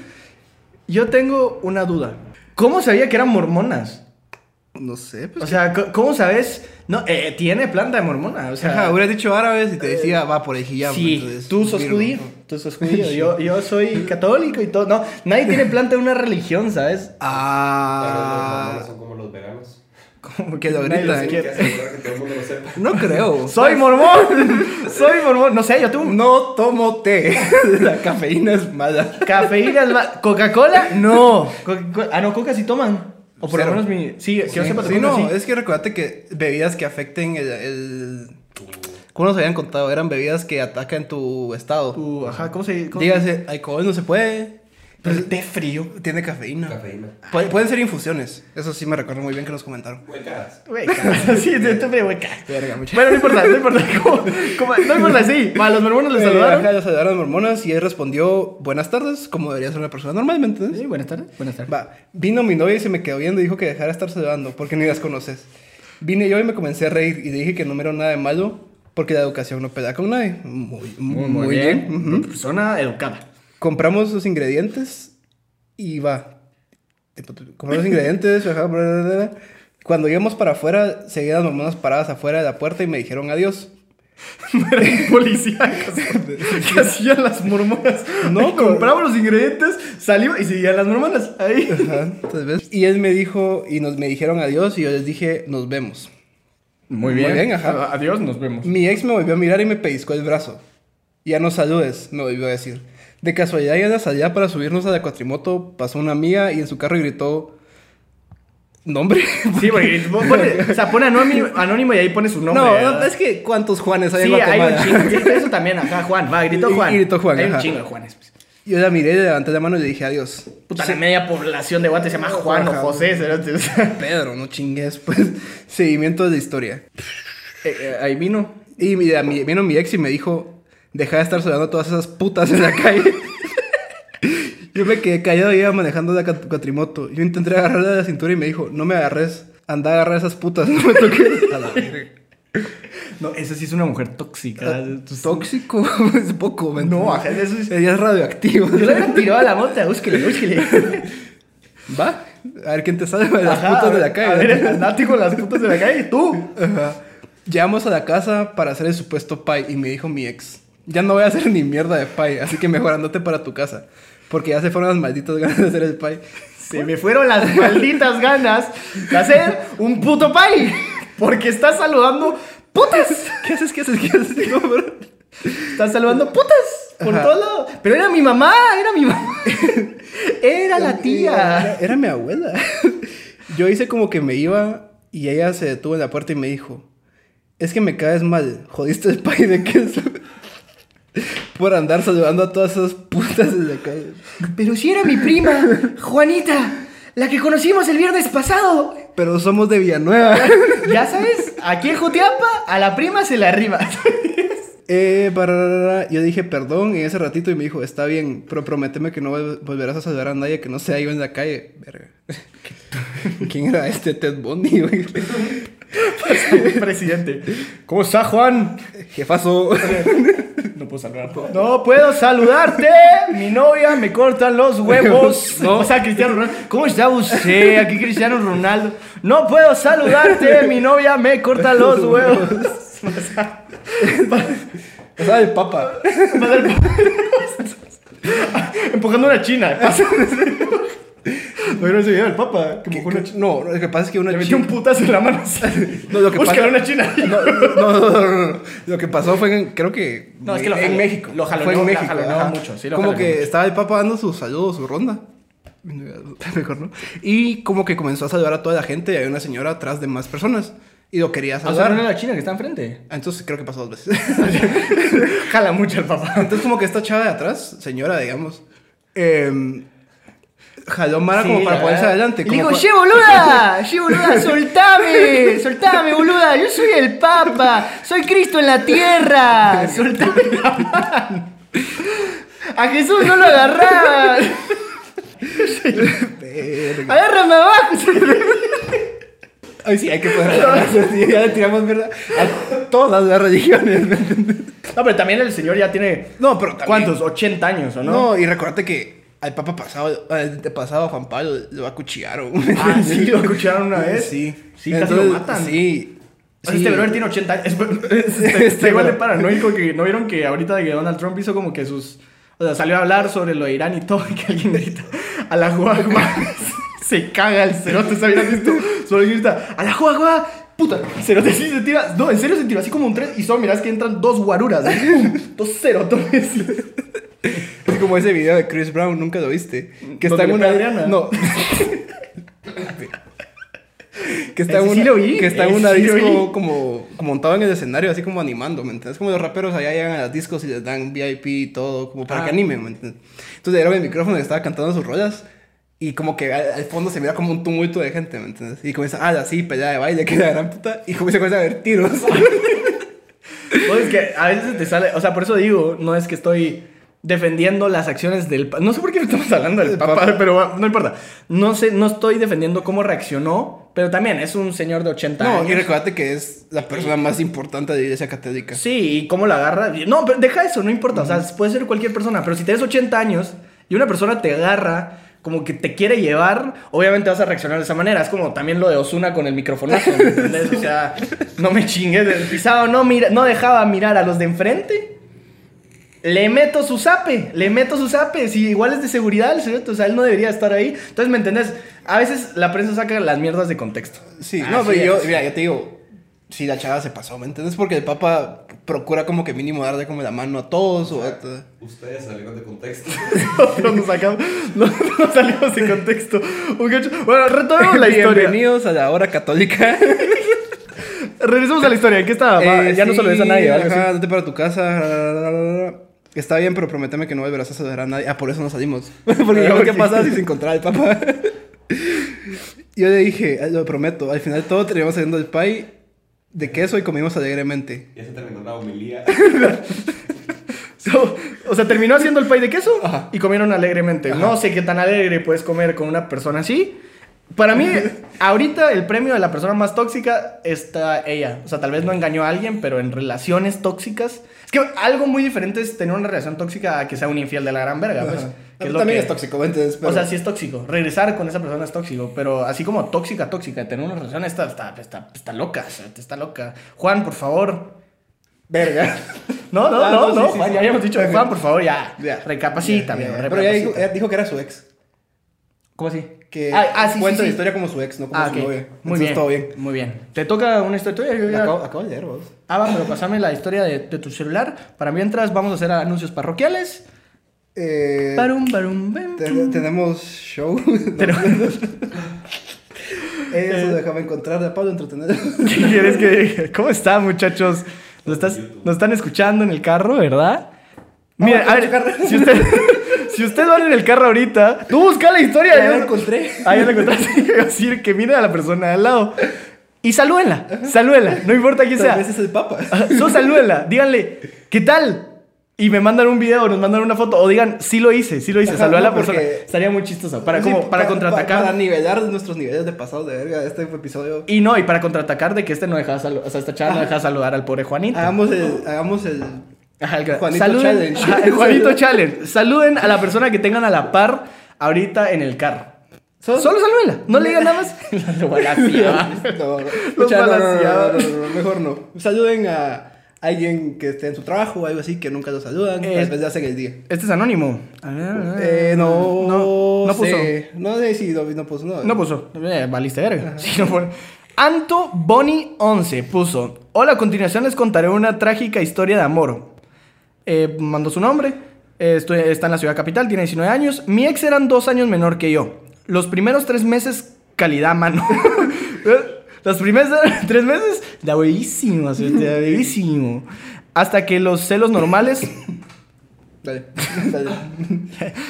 Yo tengo una duda. ¿Cómo sabía que eran mormonas? No sé, pues... O sea, co- ¿cómo sabes? No, eh, tiene planta de mormona. O sea, eh, Ajá, hubieras dicho árabes y te decía, va por el hijab. Sí, entonces, tú sos virgo, judío. ¿no? Tú sos judío. Yo, yo soy católico y todo. No, nadie tiene planta de una religión, ¿sabes? Tal Ah... vez los mormones son como los veganos. Como Que lo eh? nadie los gritan. Tienen quiere. que asegurar que todo el mundo lo sepa. No creo. Soy mormón. Soy mormón. No sé, yo tengo un- No tomo té. La cafeína es mala. cafeína. es ma- ¿Coca-Cola? No. Coca-Cola- ah, no, Coca sí toman. O por lo Cero. menos mi. Sí, que yo Sí, sepa sí, Coca no, sí. es que recuérdate que bebidas que afecten el... el... ¿Cómo nos habían contado? Eran bebidas que atacan tu estado. Tu- ajá, ¿cómo se.? cómo se- Dígase, alcohol no se puede. Pero el té frío. Tiene cafeína. Cafeína. Pu- pueden ser infusiones. Eso sí me recuerdo muy bien que nos comentaron. Huecas. Güey, cara, sí, te tomé, güey, cara. Verga, muchachos. Bueno, no importa, no importa. ¿Cómo, cómo- no importa, sí. A los mormones Eh, les saludaron. Los saludaron las mormonas y él respondió buenas tardes, como debería ser una persona normal, ¿me entiendes? Sí, buenas tardes. Buenas tardes. Va, vino mi novia y se me quedó viendo y dijo que dejara de estar saludando porque ni las conoces. Vine yo y me comencé a reír y le dije que no me era nada de malo porque la educación no pega con nadie. Muy, muy, bien. Ujú. Persona educada. Compramos los ingredientes y va. Tipo, tu- Compramos los ingredientes, ajá, bla, bla, bla, bla. Cuando íbamos para afuera, seguían las hermanas paradas afuera de la puerta y me dijeron adiós. policíacos que hacían las mormonas. No, No, compramos los ingredientes, salimos y seguían las mormonas. Ahí. Ajá, tal vez. Y él me dijo, y nos, me dijeron adiós y yo les dije, nos vemos. Muy bien. ajá. Adiós, nos vemos. Mi ex me volvió a mirar y me pellizcó el brazo. Ya no saludes, me volvió a decir. De casualidad, ya en la salida para subirnos a la cuatrimoto, pasó una amiga y en su carro gritó... ¿Nombre? Sí, porque pone- o sea, pone anónimo, anónimo y ahí pone su nombre. no, ¿verdad? no, es que ¿cuántos Juanes hay Sí, en hay un Guatemala? chingo. Sí, eso también, ajá, Juan. Va, gritó Y- Juan. y gritó Juan, Hay un ajá. chingo de Juanes. pues. Yo la miré, le levanté la mano y le dije adiós. Puta, la media población de Guate se llama Juan o Ajá. José. cerote, o sea. Pedro, no chingues, pues. Seguimiento de la historia. Eh, eh, ahí vino. Y mira, mi- vino mi ex y me dijo, deja de estar saludando a todas esas putas en la calle. Yo me quedé callado y iba manejando la cat- cuatrimoto. Yo intenté agarrarla de la cintura y me dijo, no me agarres, anda a agarrar a esas putas, no me toques. A la verga. No, esa sí es una mujer tóxica. Tus- Tóxico, es poco, ¿me No, ajá, entiendes? eso es- Ella es radioactivo. Yo pues, le había tirado a la mota, búsquele, búsquele. Va, a ver quién te sale de las Ajá, putas de a la ver- calle. A ver, andate con las putas de la calle, tú. Ajá. Llegamos a la casa para hacer el supuesto pie y me dijo mi ex, ya no voy a hacer ni mierda de pie, así que mejor andate para tu casa, porque ya se fueron las malditas ganas de hacer el pie. Se me fueron las malditas ganas de hacer un puto pay. Porque estás saludando putas. ¿Qué haces? ¿Qué haces? ¿Qué haces? No, bro. Estás saludando putas por Ajá. todos lados. Pero era mi mamá, era mi mamá. Era la Era, tía. era mi abuela. Yo hice como que me iba y ella se detuvo en la puerta y me dijo, es que me caes mal, jodiste el pie de queso por andar saludando a todas esas putas en la calle. Pero si era mi prima, Juanita, la que conocimos el viernes pasado. Pero somos de Villanueva. Ya sabes, aquí en Jutiapa a la prima se le arriba. Eh, bararara. yo dije perdón en ese ratito y me dijo, está bien, pero prométeme que no vol- volverás a saludar a nadie que no sea yo en la calle. Verga. ¿Quién era este Ted Bundy, güey? Presidente. ¿Cómo está, Juan? Jefazo. No puedo saludarte. No puedo saludarte. Mi novia me cortan los huevos. No. O sea, Cristiano Ronaldo. ¿Cómo está usted? Aquí Cristiano Ronaldo. No puedo saludarte. Mi novia me corta los huevos. O sea, O sea, el papa. va a dar- Empujando una china. Pasa. No era ese video del papa. Que Que- empujó una que- china. no, lo que pasa es que una Le metió chi- un putazo en la mano. No, lo que Búscale pasa- Ah, una china. No, no, no, no, no. Lo que pasó fue en, creo que. No, es que lo en jaló- México. lo jalonó, Fue en la México. jalonó ajá. mucho, sí, lo como jalonó que mucho. estaba el Papa dando su saludo, su ronda. Mejor no. Y como que comenzó a saludar a toda la gente y había una señora atrás de más personas. Y lo Ah, quería saludar. la china que está enfrente. Ah, Entonces creo que pasó dos veces. Jala mucho el papá. Entonces, como que esta chava de atrás, señora, digamos, em, jaló Mara como para ponerse adelante. Le como digo, pa- che boluda, che boluda, soltame, soltame boluda, yo soy el papa, soy Cristo en la tierra, soltame la mano. A Jesús no lo agarraba. Verga. Agárrame abajo. Ay, sí, hay que poner sí, Ya le tiramos mierda a todas las religiones. ¿me entiendes? No, pero también el señor ya tiene. No, pero también- ¿Cuántos? 80 años, ¿o no? No, y recuérdate que al Papa pasado, al antepasado Juan Pablo, lo acuchillaron. Ah, sí, lo escucharon una vez. Sí. Sí, casi lo matan. Sí. O sea, Este brother tiene 80 años. Es- Está Este está igual de brother. paranoico que no vieron que ahorita de que Donald Trump hizo como que sus. O sea, salió a hablar sobre lo de Irán y todo. Y que alguien grita a la guagua. se caga el cerote. ¿Sabías visto? Solo grita a la guagua. Puta, cerote sí se tira. No, en serio se tira así como un tres. Y solo mirás que entran dos guaruras. así, pum, dos cerotones. Es como ese video de Chris Brown, nunca lo viste. Que está ¿Donde en le una. pega a Adriana? No. que está en Ese sí una, lo vi, que está en ese una sí lo disco vi. como, como montado en el escenario, así como animando, ¿me entiendes? Como los raperos allá llegan a las discos y les dan VIP y todo, como para Ah. que animen, ¿me entiendes? Entonces le dieron el micrófono y estaba cantando sus rollas. Y como que al, al fondo se mira como un tumulto de gente, ¿me entiendes? Y comienza, ah, así, pelea de baile, que la gran puta. Y comienza, comienza a ver tiros. No, es que a veces te sale, o sea, por eso digo, no es que estoy defendiendo las acciones del pa- no sé por qué estamos hablando del El papa, Papa. pero bueno, no importa. No sé, no estoy defendiendo cómo reaccionó, pero también es un señor de 80 no, y años. recuérdate que es la persona más importante de la iglesia católica. Sí, y cómo la agarra. No, pero deja eso, no importa, o sea, puede ser cualquier persona, pero si tienes 80 años y una persona te agarra como que te quiere llevar, obviamente vas a reaccionar de esa manera. Es como también lo de Osuna con el microfonazo, ¿me ¿entendés? O sea, no me chingues del pisado, no, mira, no dejaba mirar a los de enfrente. Le meto su zape, le meto su zape. Si igual es de seguridad el señor, o sea, él no debería estar ahí. Entonces, ¿me entendés? A veces la prensa saca las mierdas de contexto. Sí, Así no, pero yo, Ah, es. mira, yo te digo, si la chava se pasó, ¿me entiendes? Porque el Papa procura como que mínimo darle como la mano a todos o a todo. Ustedes salieron de contexto. Nosotros nos sacamos, no, no salimos de contexto. Un gancho- Bueno, retomemos Ah, la historia. Bienvenidos a la hora católica. Regresemos a la historia. ¿En qué estaba? Eh, ya no se lo des a sí, nadie. ¿vale? Ajá, vete para tu casa. ra, ra, ra, ra. Está bien, pero prométeme que no volverás a saludar a nadie. Ah, por eso no salimos. Porque Ah, yo qué ok. pasa si se encontraba el Papa. yo le dije, "Ah, lo prometo, al final todo terminamos saliendo del pay de queso y comimos alegremente. Ya se terminó la homilía. So, o sea, terminó haciendo el pay de queso Ajá. y comieron alegremente. No sé qué tan alegre puedes comer con una persona así. Para mí, ahorita el premio de la persona más tóxica está ella. O sea, tal vez no engañó a alguien, pero en relaciones tóxicas. Es que algo muy diferente es tener una relación tóxica a que sea un infiel de la gran verga. Ajá. Pues, que es lo También que- es tóxico, ¿me entiendes? Pero- O sea, sí es tóxico. Regresar con esa persona es tóxico. Pero así como tóxica, tóxica, tener una relación está, está, está, está loca. o sea, Está loca. Juan, por favor. Verga. No, no, Ah, no, no, sí, no, sí, Juan, sí. ya habíamos dicho. Ok. Juan, por favor, ya. Ya. Recapacita, Ya, ya, amigo, ya. Pero ella dijo, recapacita. ella dijo que era su ex. ¿Cómo así? Que Ah, ah, sí, sí, cuenta sí. la historia como su ex, no como Ah, su ok. novia. Muy Entonces, bien. todo bien. Muy bien. ¿Te toca una historia tuya? Yo ya- La Acabo, acabo de leer, vos. Ah, va, pero pasame la historia de, de tu celular. Para mientras vamos a hacer anuncios parroquiales. Eh, Barum, barum, bem, te- tum. tenemos show. No, Pero- Eso, déjame encontrar a Pablo entretener. ¿Qué quieres que diga? ¿Cómo están, muchachos? ¿Nos, estás- nos están escuchando en el carro, ¿verdad? Mira, Vamos a a ver, escuchar. si usted, si usted va en el carro ahorita, tú busca la historia. Ya la yo- encontré. Ah, ya la encontraste. Iba a decir que mire a la persona de al lado. Y salúdenla, salúdenla, no importa quién sea. Tal vez es el papa. Solo salúdenla, díganle, ¿qué tal? Y me mandan un video, nos mandan una foto, o digan, sí lo hice, sí lo hice, Ajá, salúdala a la no, porque- persona. Estaría muy chistoso, para, Sí, como, para pa- contraatacar. pa- Para nivelar nuestros niveles de pasados de verga de este episodio. Y no, y para contraatacar de que este no dejaba saludar, o sea, esta chava no Ah. dejaba saludar al pobre Juanito. Hagamos el. Hagamos el. Ajá, el gra- Ah, Juanito Challenge. Ajá, el Juanito Challenge. Saluden a la persona que tengan a la par ahorita en el carro. Solo, Solo- salúdenla, no le digan nada más. Las gualaciaba. No, no, Los ya, no, no, no, balaseaba. no, no, no, mejor no. Saluden a alguien que esté en su trabajo o algo así, que nunca lo saludan. Eh, tal vez le hacen el día. este es anónimo. A ver, Eh, no, no, no puso. sé. No sé si no, no puso. No, No puso. Eh, valiste verga. Sí, no pone. Anto Boni 11 puso. Hola, a continuación les contaré una trágica historia de amor. Eh, mandó su nombre. Eh, estoy- está en la ciudad capital, tiene 19 años. Mi ex eran dos años menor que yo. Los primeros tres meses, calidad mano. Eh, los primeros tres meses, da buenísimo, así, da buenísimo. Hasta que los celos normales Dale, dale.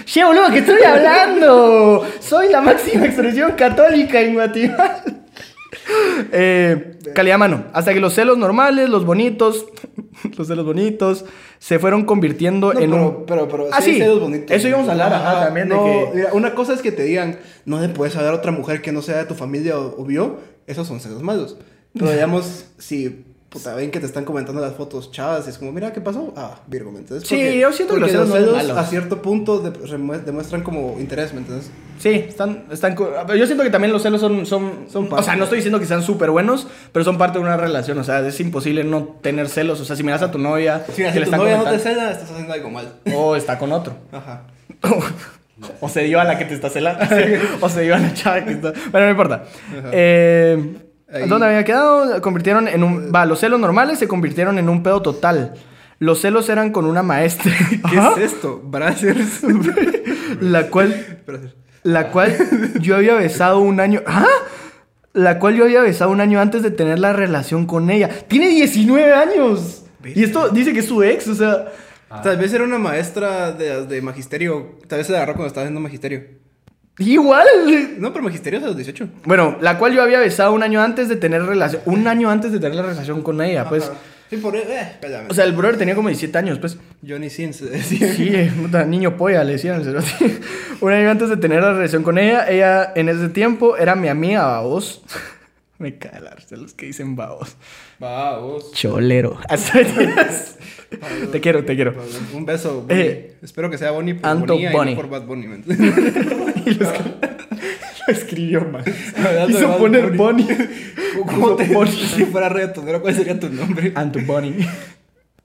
Che, boludo, que estoy hablando. Soy la máxima expresión católica en Guatemala. Eh, calidad mano. Hasta que los celos normales, los bonitos, los celos bonitos, se fueron convirtiendo No, en pero, un. pero, pero, Ah, sí. hay celos bonitos. Eso íbamos a hablar, ajá, también de no, que- mira, una cosa es que te digan, no le puedes hablar a otra mujer que no sea de tu familia o, o vio. Esos son celos malos. Pero digamos, si puta, ven que te están comentando las fotos chavas, y es como, mira, ¿qué pasó? Ah, Virgo, ¿me entiendes? Sí, yo siento que porque los los celos no son celos malos. a cierto punto de- remue- demuestran como interés, ¿me entiendes? Sí, están, están. co- Pero yo siento que también los celos son. son, Son o sea, parte. no estoy diciendo que sean súper buenos, pero son parte de una relación. O sea, es imposible no tener celos. O sea, si miras a tu novia. Si que le tu están novia no te comentando- cela, estás haciendo algo mal. O está con otro. Ajá. o se dio a la que te está celando. o se dio a la chava que está. Bueno, no importa. Ajá. Eh, Ahí. ¿Dónde había quedado? Convirtieron en un. Va, los celos normales se convirtieron en un pedo total. Los celos eran con una maestra. ¿Qué Ajá. es esto? Brazzers. La cual. La cual yo había besado un año. ¿Ah? La cual yo había besado un año antes de tener la relación con ella. Tiene 19 años. Y esto dice que es su ex, o sea. Ah. Tal vez era una maestra de, las de magisterio. Tal vez se agarró cuando estaba haciendo magisterio. Igual. No, pero magisterio es a los 18. Bueno, la cual yo había besado un año antes de tener relación. Un año antes de tener la relación con ella, pues. Ajá. Sí, por eso. Eh, cállame. O sea, el brother tenía como 17 años, pues. Johnny Sin se decía. Sí, eh, puta, niño polla, le decían al cerote. Un año antes de tener la relación con ella, ella en ese tiempo era mi amiga, babos. Me cae la risa los que dicen babos. Va, vos. Cholero. Hasta días. Te quiero, te quiero. Un beso, Bonnie. Eh, Espero que sea Bonnie por Anto Bonnie, Bonnie. y no por Bad Bunny. ¿me entiendes? Y lo escri- lo escribió mal. Hablando de Quiso Bad poner Bunny. Bonnie. ¿Cómo te Bonnie. Si fuera reggaetonero, ¿cuál sería tu nombre? Anti Bonnie.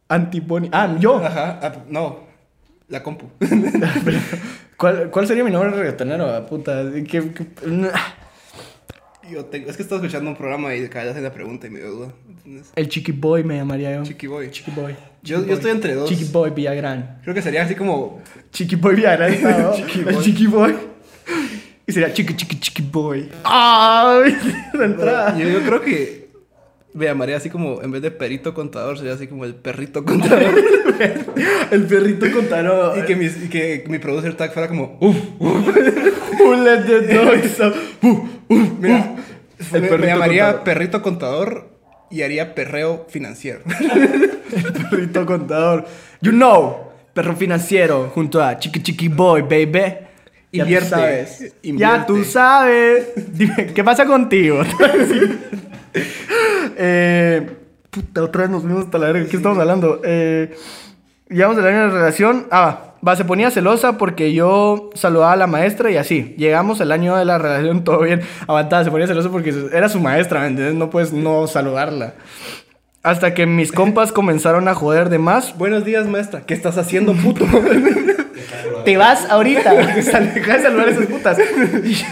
Anti Bonnie. Ah, yo. Ajá. ah, no. La compu. ¿Cuál, ¿Cuál sería mi nombre reggaetonero? ah, Puta, ¿Qué- qué- Yo tengo... Es que estaba escuchando un programa y cada vez hacen la pregunta y me dio duda. ¿entiendes? El Chiqui Boy me llamaría yo. Chiqui Boy. Chiqui Boy. Yo- yo Chiqui Boy. estoy entre dos. Chiqui Boy Villagrán. Creo que sería así como... Chiqui Boy Villagrán. ¿no? Chiqui El Boy. Chiqui Boy. Y sería Chiqui Chiqui Chiqui Boy. ¡Ay! La entrada. Yo, yo creo que me llamaría así como, en vez de perito contador, sería así como el perrito contador. El perrito contador. y, que mi, y que mi producer tag fuera como, uff, Who let the dogs out? Uh, uh, mira, uh. me, me llamaría contador. perrito contador y haría perreo financiero. Perrito contador. You know, perro financiero junto a Chiqui Chiqui Boy, baby. Ya Invierte. tú sabes. Ya Invierte. tú sabes. Dime, ¿qué pasa contigo? Eh, puta, otra vez nos vimos hasta la verga. ¿Qué estamos hablando? Eh, llegamos a la relación. Ah, va, se ponía celosa porque yo saludaba a la maestra y así. Llegamos al año de la relación, todo bien. Aguantada, se ponía celosa porque era su maestra, ¿me entiendes? No puedes no saludarla. Hasta que mis compas comenzaron a joder de más. Buenos días, maestra. ¿Qué estás haciendo, puto? Te vas ahorita. Sal- Deja de saludar a esas putas.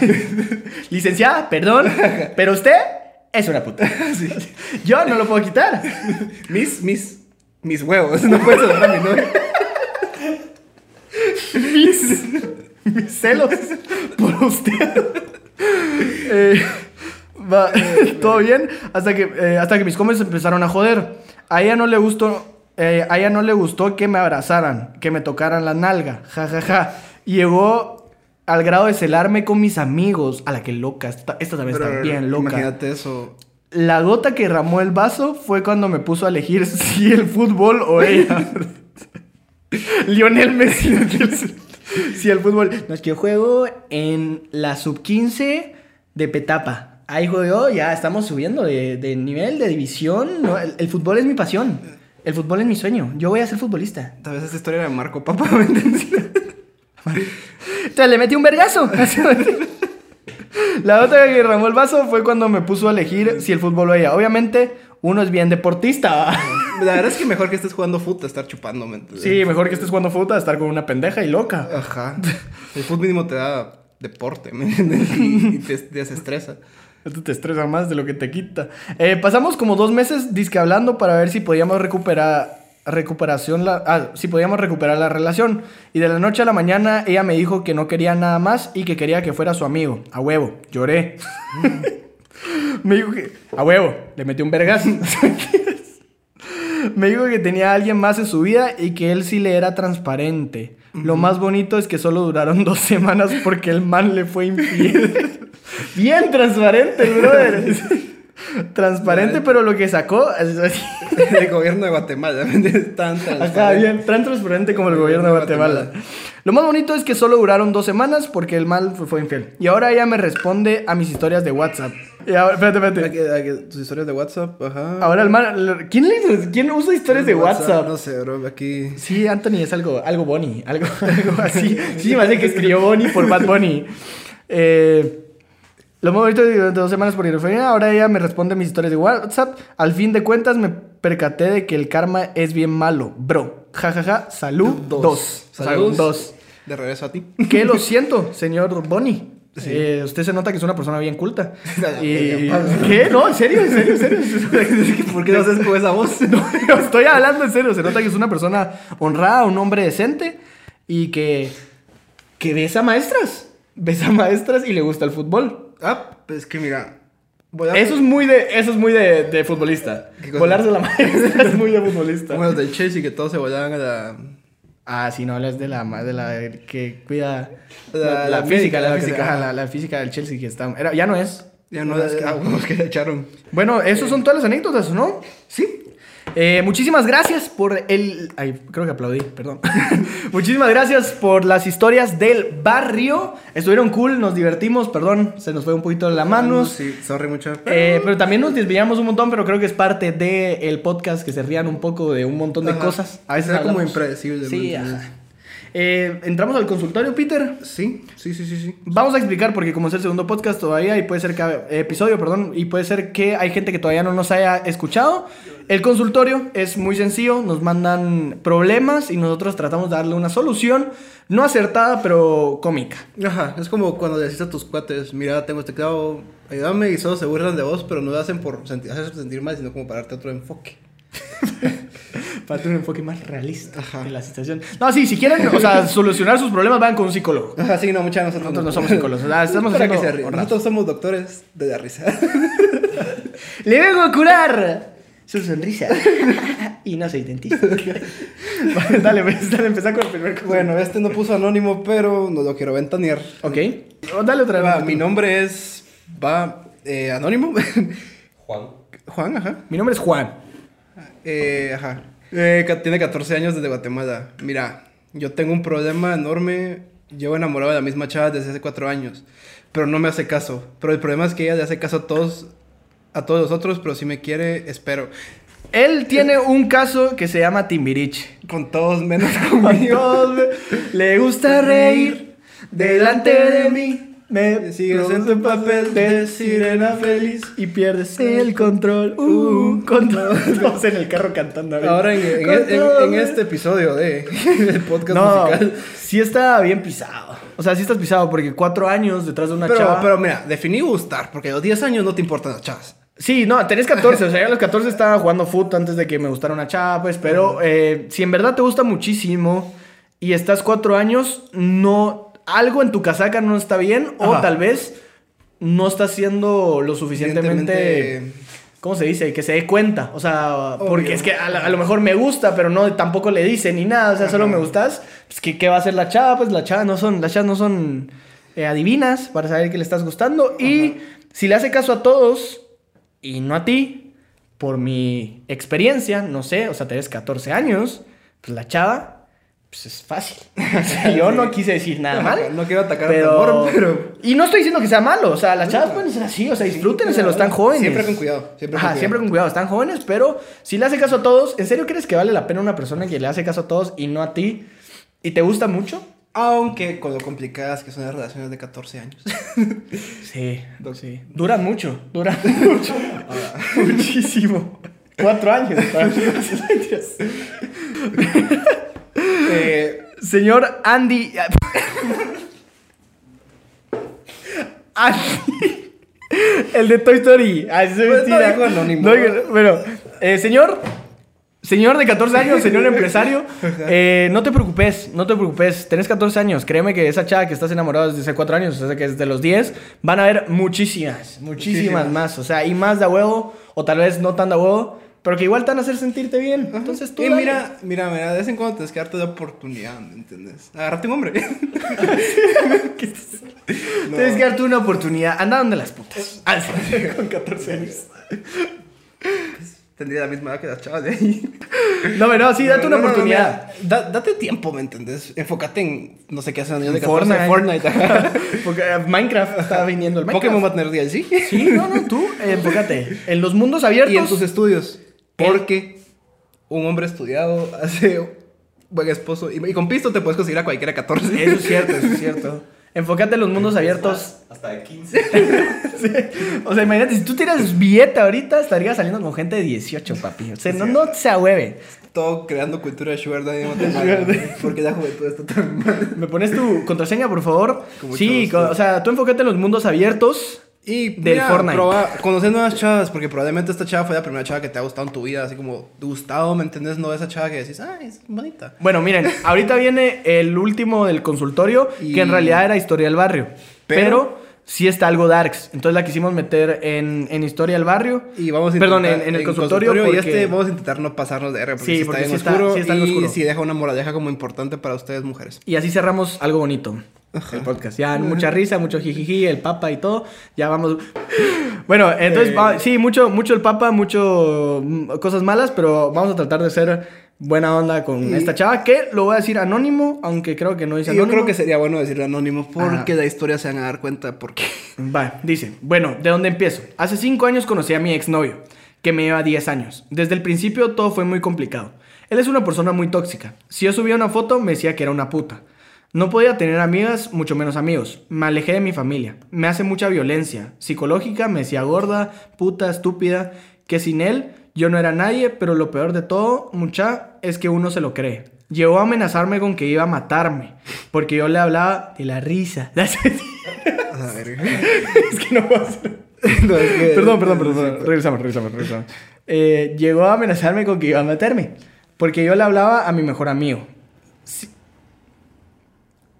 Licenciada, perdón, pero usted es una puta. Yo no lo puedo quitar. mis, mis, mis huevos. No puedes hablar a mi novia. Mis, mis celos por usted. Eh, va, todo bien. Hasta que, eh, hasta que mis comes empezaron a joder. A ella no le gustó. eh, a ella no le gustó que me abrazaran, que me tocaran la nalga. Ja, ja, ja. Llegó al grado de celarme con mis amigos. A la que loca. Esta, esta también está Pero bien loca. Imagínate eso. La gota que derramó el vaso fue cuando me puso a elegir si el fútbol o ella. Lionel Messi. si el fútbol. No, es que yo juego en la sub-15 de Petapa. Ahí juego yo, ya estamos subiendo de, de nivel, de división. No, el, el fútbol es mi pasión. El fútbol es mi sueño. Yo voy a ser futbolista. Tal vez esta historia era de Marco Papa, ¿me entiendes? Entonces le metí un vergazo. La otra que derramó el vaso fue cuando me puso a elegir si el fútbol o ella. Obviamente, uno es bien deportista. ¿va? La verdad es que mejor que estés jugando fútbol, estar chupando, ¿me entiendes? Sí, mejor que estés jugando fútbol a estar con una pendeja y loca. Ajá. El fútbol mínimo te da deporte, ¿me entiendes? Y, y te te desestresa. Esto te estresa más de lo que te quita. Eh, pasamos como dos meses disque hablando para ver si podíamos recuperar recuperación la, ah, si podíamos recuperar la relación y de la noche a la mañana ella me dijo que no quería nada más y que quería que fuera su amigo a huevo lloré me dijo que a huevo le metí un vergazo Me dijo que tenía a alguien más en su vida y que él sí le era transparente. Lo más bonito es que solo duraron dos semanas porque el man le fue infiel. Bien transparente, brother. transparente, pero lo que sacó. es así. El gobierno de Guatemala, ¿me entiendes? Tan Acá, transparente. bien, tan transparente como el gobierno de Guatemala. Lo más bonito es que solo duraron dos semanas porque el mal fue, fue infiel. Y ahora ella me responde a mis historias de WhatsApp. Y ahora, espérate, Hay espérate. que- hay que- Tus historias de WhatsApp, ajá. Ahora el mal. ¿Quién, le- quién usa historias de WhatsApp? No sé, bro, aquí. Sí, Anthony es algo, algo Bonnie, algo, algo así. Sí, me hace que escribió Bonnie por Bad Bunny. Eh, lo más bonito de dos semanas por irofonía, ahora ella me responde mis historias de WhatsApp. Al fin de cuentas me percaté de que el karma es bien malo, bro. Ja, ja, ja, salud, dos. Salud, Saludos. dos. De regreso a ti. Que lo siento, señor Bonnie. Eh, usted se nota que es una persona bien culta. Y- ¿Qué? No, en serio, en serio, en serio. ¿Por qué no haces con esa voz? No, yo estoy hablando en serio. Se nota que es una persona honrada, un hombre decente y que, que besa maestras. Besa maestras y le gusta el fútbol. Ah, pues es que mira. Voy a. Eso es muy de, eso es muy de, de futbolista. ¿Qué cosa? Volarse a la maestra es muy de futbolista. Como los del Chelsea que todos se volaban a la. Ah, si no hablas de la ma- de la que cuida La- la, la la médica, física, la la que física, se- ajá, la, la física del Chelsea que está. era- ya no es. Ya no, es que. Ah, bueno, es que la echaron. Bueno, esas Eh. son todas las anécdotas, ¿no? Sí. Eh, muchísimas gracias por el... Ay, creo que aplaudí, perdón. muchísimas gracias por las historias del barrio. Estuvieron cool, nos divertimos, perdón, se nos fue un poquito de la Ah, mano. Sí, sorry, mucho. Eh, pero también nos desviamos un montón, pero creo que es parte del podcast que se rían un poco de un montón de Ajá. cosas. A veces Era como hablamos. impredecible, Sí, ¿no? ajá. Eh, Entramos al consultorio, Peter. Sí, sí, sí, sí. sí. Vamos a explicar porque como es el segundo podcast todavía y puede ser que episodio, perdón, y puede ser que hay gente que todavía no nos haya escuchado. El consultorio es muy sencillo, nos mandan problemas y nosotros tratamos de darle una solución no acertada, pero cómica. Ajá, es como cuando le decís a tus cuates: Mira, tengo este clavo, ayúdame, y solo se burlan de vos, pero no lo hacen por sentir, hacer sentir mal, sino como para darte otro enfoque. Para tener un enfoque más realista Ajá. de la situación. No, sí, si quieren, o sea, solucionar sus problemas, vayan con un psicólogo. Ajá, sí, no, muchas nosotros, Nosotros no somos psicólogos, o sea, estamos Para que haciendo se rían. honrados. Nosotros somos doctores de la risa. Le vengo a curar su sonrisa. y no soy dentista. dale, pues, dale, empezá con el primer consultorio. bueno, este no puso anónimo, pero no lo quiero ventanear. Ok. Oh, dale otra Va, vez. mi nombre es. Va, eh, anónimo. Juan. Juan, ajá. Mi nombre es Juan. Eh, ajá. Eh, ca- tiene 14 años desde Guatemala. Mira, yo tengo un problema enorme Llevo enamorado de la misma chava desde hace cuatro años, pero no me hace caso. Pero el problema es que ella le hace caso a todos, a todos los otros, pero si me quiere, espero. Él tiene un caso que se llama Timbiriche. Con todos menos conmigo. Dios, me- le gusta reír delante de mí. Me Sigues sigues en en papel de sirena feliz y pierdes el control. Uh, Uh, control. Estamos en el carro cantando. ahorita. Ahora en, en- en- Control. en este episodio de del podcast No, musical. sí está bien pisado. O sea, sí estás pisado porque cuatro años detrás de una Pero, chava. pero mira, definí gustar, porque a los 10 años no te importan las chavas. Sí, no, tenías 14. O sea, yo a los 14 estaba jugando fútbol antes de que me gustara una chava, pues. Pero eh, si en verdad te gusta muchísimo y estás cuatro años, no. Algo en tu casaca no está bien, o Ajá. tal vez no estás siendo lo suficientemente. Evidentemente, ¿Cómo se dice? Que se dé cuenta. O sea, Obvio. porque es que a, la- a lo mejor me gusta, pero no tampoco le dice ni nada. O sea, solo Ajá. me gustas. Pues, ¿qué, qué va a hacer la chava? Pues la chava no son, las chavas no son eh, adivinas para saber que le estás gustando. Y si le hace caso a todos y no a ti, por mi experiencia, no sé, o sea, tenés 14 años, pues la chava, pues es fácil. O sea, yo no quise decir nada mal. No quiero atacar Pero... a tu amor, pero. Y no estoy diciendo que sea malo, o sea, las chavas pueden ser así, o sea, disfrútenselo, están jóvenes. Siempre con cuidado. Siempre con Ajá, cuidado. siempre con cuidado, están jóvenes, pero si le hace caso a todos, ¿en serio crees que vale la pena una persona que le hace caso a todos y no a ti? ¿Y te gusta mucho? Aunque con lo complicadas que son las relaciones de 14 años. Sí, Doc. sí. Duran mucho, duran mucho. Muchísimo. Cuatro años. Eh, Señor Andy. Andy. El de Toy Story. Ah, eso es Pues no mentira. dijo anónimo. No dijo- bueno, eh, señor. Señor de 14 años, señor empresario, eh, no te preocupes, no te preocupes. Tenés 14 años, créeme que esa chava que estás enamorado desde hace 4 años, o sea que desde los 10, van a haber muchísimas, muchísimas Muchísimas. más. O sea, y más de a huevo, o tal vez no tan de a huevo, pero que igual te van a hacer sentirte bien. Entonces tú. Y dale. mira, mira, mira, de vez en cuando tienes que darte la oportunidad, ¿me entiendes? Agárrate un hombre. No. Tienes que darte una oportunidad. Anda donde las putas. Ah, sí, Con 14 años. Tendría la misma edad que las chavas de ahí. No, pero no, sí, date una No, no, no, oportunidad. mira, da- date tiempo, ¿me entiendes? Enfócate en no sé qué hacen los niños de En 14, Fortnite. Fortnite. ajá. Porque eh, Minecraft está viniendo el Minecraft. Pokémon va a tener DLC. Sí, no, no, tú eh, enfócate. En los mundos abiertos. Y en tus estudios. Porque un hombre estudiado hace buen esposo. Y, y con pisto te puedes conseguir a cualquiera 14. Eso es cierto, eso es cierto. Enfócate en los mundos abiertos. Hasta de 15. Sí. O sea, imagínate, si tú tiras billete ahorita, estarías saliendo con gente de 18, papi. O sea, no, no se ahueve. Todo creando cultura de Sugar Daddy en Guatemala. Porque la juventud está tan mal. ¿Me pones tu contraseña, por favor? Con mucho Sí, gusto. co- o sea, tú enfócate en los mundos abiertos. Y Del Fortnite. proba- conocer nuevas chavas, porque probablemente esta chava fue la primera chava que te ha gustado en tu vida, así como gustado, ¿me entendés? No esa chava que decís, ah, es bonita. Bueno, miren, ahorita viene el último del consultorio, Y- que en realidad era Historia del Barrio. Pero, Pero- sí está algo darks. Entonces la quisimos meter en, en Historia del Barrio. Y vamos a Perdón, intentar- en, en el consultorio. porque- Y este vamos a intentar no pasarnos de R, porque Sí, sí, porque está sí bien está- oscuro. sí está y bien oscuro. si deja una moraleja como importante para ustedes, mujeres. Y así cerramos algo bonito. El podcast. Ya, mucha risa, mucho jijiji, el papa y todo. Ya vamos. Bueno, entonces, Eh. va- sí, mucho, mucho el papa, mucho mm, cosas malas, pero vamos a tratar de ser buena onda con Y- esta chava, que lo voy a decir anónimo, aunque creo que no dice Y yo anónimo. creo que sería bueno decirlo anónimo, porque Ajá. la historia se van a dar cuenta por qué. Va, dice, bueno, ¿de dónde empiezo? Hace cinco años conocí a mi exnovio, que me lleva 10 años. Desde el principio todo fue muy complicado. Él es una persona muy tóxica. Si yo subía una foto me decía que era una puta. No podía tener amigas, mucho menos amigos. Me alejé de mi familia. Me hace mucha violencia. Psicológica, me decía gorda, puta, estúpida. Que sin él yo no era nadie, pero lo peor de todo, mucha, es que uno se lo cree. Llegó a amenazarme con que iba a matarme, porque yo le hablaba de la risa. A ver. Es que no puedo hacer. No, es que- Perdón, perdón, perdón. Regresamos, regresamos, regresamos. Eh, llegó a amenazarme con que iba a matarme. Porque yo le hablaba a mi mejor amigo. Si,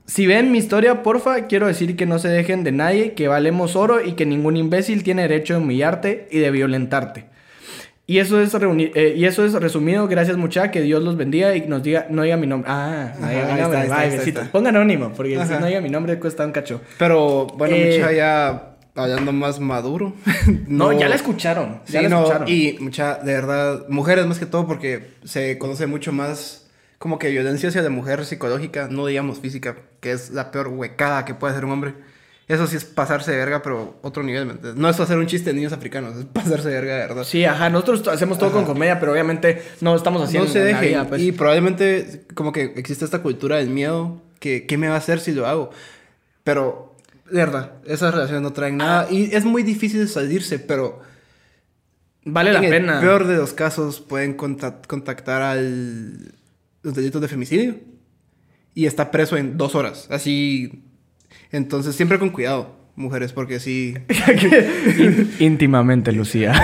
si ven mi historia, porfa, quiero decir que no se dejen de nadie, que valemos oro y que ningún imbécil tiene derecho de humillarte y de violentarte. Y eso es reuni- eh, y eso es resumido. Gracias mucha, que Dios los bendiga y nos diga, no diga mi nombre. Ah, no Ajá, diga ahí mi está, nombre. ahí está, Bye, ahí está, ahí besitos. está. Ponga anónimo, porque si Ajá. no diga mi nombre cuesta un cacho. Pero bueno, Eh. mucha ya hablando más maduro. No, ya la escucharon. Ya Sí, la no, escucharon. y mucha, de verdad, mujeres más que todo, porque se conoce mucho más como que violencia hacia la mujer psicológica, no digamos física, que es la peor huecada que puede hacer un hombre. Eso sí es pasarse de verga, pero otro nivel, ¿me entiendes? No es hacer un chiste de niños africanos, es pasarse de verga de verdad. Sí, ajá, nosotros to- hacemos todo con comedia, pero obviamente no estamos haciendo no se en la deje. vida, pues. Y probablemente como que existe esta cultura del miedo, que ¿qué me va a hacer si lo hago? Pero, de verdad, esas relaciones no traen nada. Y es muy difícil salirse, pero vale la en pena. el peor de los casos pueden conta- contactar al los delitos de femicidio y está preso en dos horas. Así, entonces siempre con cuidado, mujeres, porque sí... Ín- íntimamente, Lucía.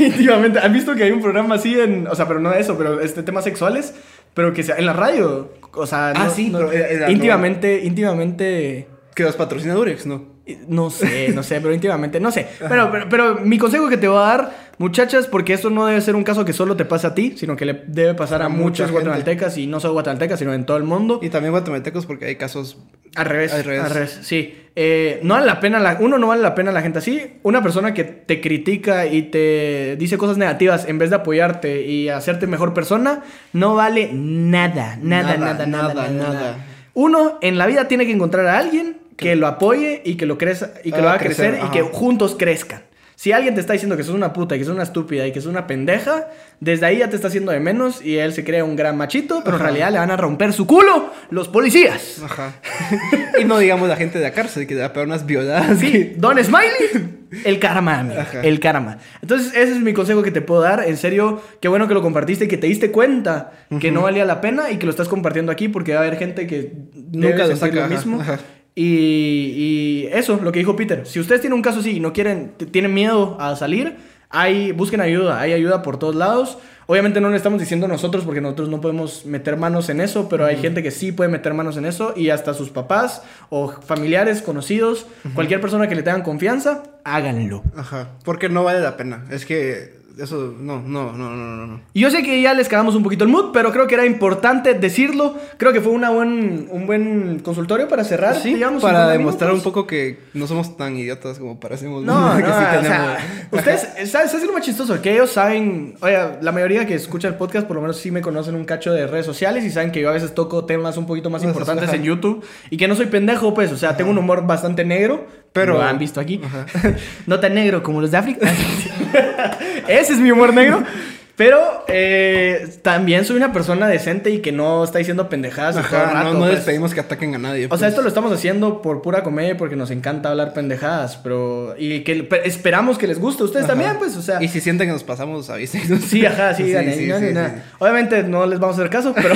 íntimamente. ¿Has visto que hay un programa así en. O sea, pero no eso, pero este temas sexuales, pero que sea en la radio. O sea, Ah, no- sí, no- pero era- era- íntimamente, íntimamente. Que los patrocina Durex, ¿no? No sé, no sé, pero íntimamente, no sé. Pero, pero, pero mi consejo que te voy a dar, muchachas, porque esto no debe ser un caso que solo te pase a ti, sino que le debe pasar a, A mucha muchos gente. guatemaltecas y no solo guatemaltecas, sino en todo el mundo. Y también guatemaltecos porque hay casos... Al revés, al Al revés. revés. sí. Eh, no vale la pena, la, uno no vale la pena la gente así. Una persona que te critica y te dice cosas negativas en vez de apoyarte y hacerte mejor persona, no vale nada, nada, Nada, nada, nada, nada. nada, nada. nada. Uno en la vida tiene que encontrar a alguien que lo apoye y que lo, crezca y que lo Haga haga crecer, crecer, y que ajá. juntos crezcan. Si alguien te está diciendo que sos una puta y que sos una estúpida y que sos una pendeja, desde ahí ya te está haciendo de menos y él se cree un gran machito, pero en Ajá. realidad le van a romper su culo los policías. Ajá. y no digamos la gente de la cárcel que le va a pegar unas violadas. Sí, que- Don Smiley, el karma, amigo, Ajá. el karma. Entonces, ese es mi consejo que te puedo dar. En serio, qué bueno que lo compartiste y que te diste cuenta que no valía la pena y que lo estás compartiendo aquí porque va a haber gente que nunca Nunca lo lo saca saca, lo ajá, mismo. ajá. Y, y eso, lo que dijo Peter. Si ustedes tienen un caso así y no quieren, t- tienen miedo a salir, hay, busquen ayuda, hay ayuda por todos lados. Obviamente no le estamos diciendo nosotros porque nosotros no podemos meter manos en eso, pero hay gente que sí puede meter manos en eso y hasta sus papás o familiares, conocidos, cualquier persona que le tengan confianza, háganlo. Ajá. Porque no vale la pena. Es que eso, no, no, no, no, no, no. Y Yo sé que ya les cagamos un poquito el mood, pero creo que era importante decirlo. Creo que fue una buen, un buen consultorio para cerrar, Sí, digamos, para 50 demostrar minutos. un poco que no somos tan idiotas como parecemos. No, que no, sí o tenemos. sea, ustedes, ¿sabes, ¿sabes lo más chistoso? Que ellos saben, oye, la mayoría que escucha el podcast por lo menos sí me conocen un cacho de redes sociales y saben que yo a veces toco temas un poquito más Ajá. importantes en YouTube y que no soy pendejo, pues, o sea, tengo un humor bastante negro, pero Pero- lo han visto aquí, no tan negro como los de África. Ese es mi humor negro. Pero eh, también soy una persona decente y que no está diciendo pendejadas. Ajá, todo el rato, no, no pues. les pedimos que ataquen a nadie. O sea, pues. esto lo estamos haciendo por pura comedia y porque nos encanta hablar pendejadas, pero... Y que pe- esperamos que les guste a ustedes Ajá. también, pues, o sea... Y si sienten que nos pasamos, avisen. Sí, ajá, sí, digan, "Ey, no, no, no". Obviamente no les vamos a hacer caso, pero...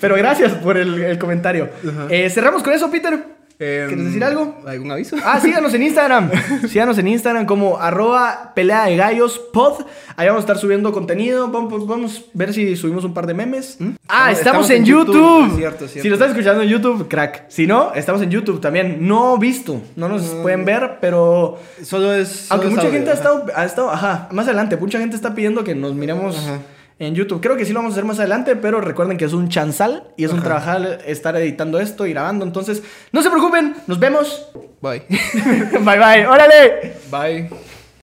pero gracias por el, el comentario. Eh, Cerramos con eso, Peter. Em, ¿Quieres decir algo? ¿Algún aviso? Ah, síganos en Instagram. Síganos en Instagram como arroba pelea de gallos pod. Ahí vamos a estar subiendo contenido. Vamos, pues, vamos a ver si subimos un par de memes. Ah, estamos, ¿Mm? Estamos en, en YouTube. YouTube. Es cierto, es cierto. Si lo estás escuchando en YouTube, crack. Si no, estamos en YouTube también. No visto. No nos pueden ver, pero... Solo es. solo Ah. Aunque es mucha audio, gente ha ajá. estado, ha estado, ajá, más adelante, mucha gente está pidiendo que nos miremos Ajá. en YouTube. Creo que sí lo vamos a hacer más adelante, pero recuerden que es un chanzal y es un Ajá. trabajar estar editando esto y grabando. Entonces, no se preocupen, nos vemos. Bye. bye bye, órale. Bye.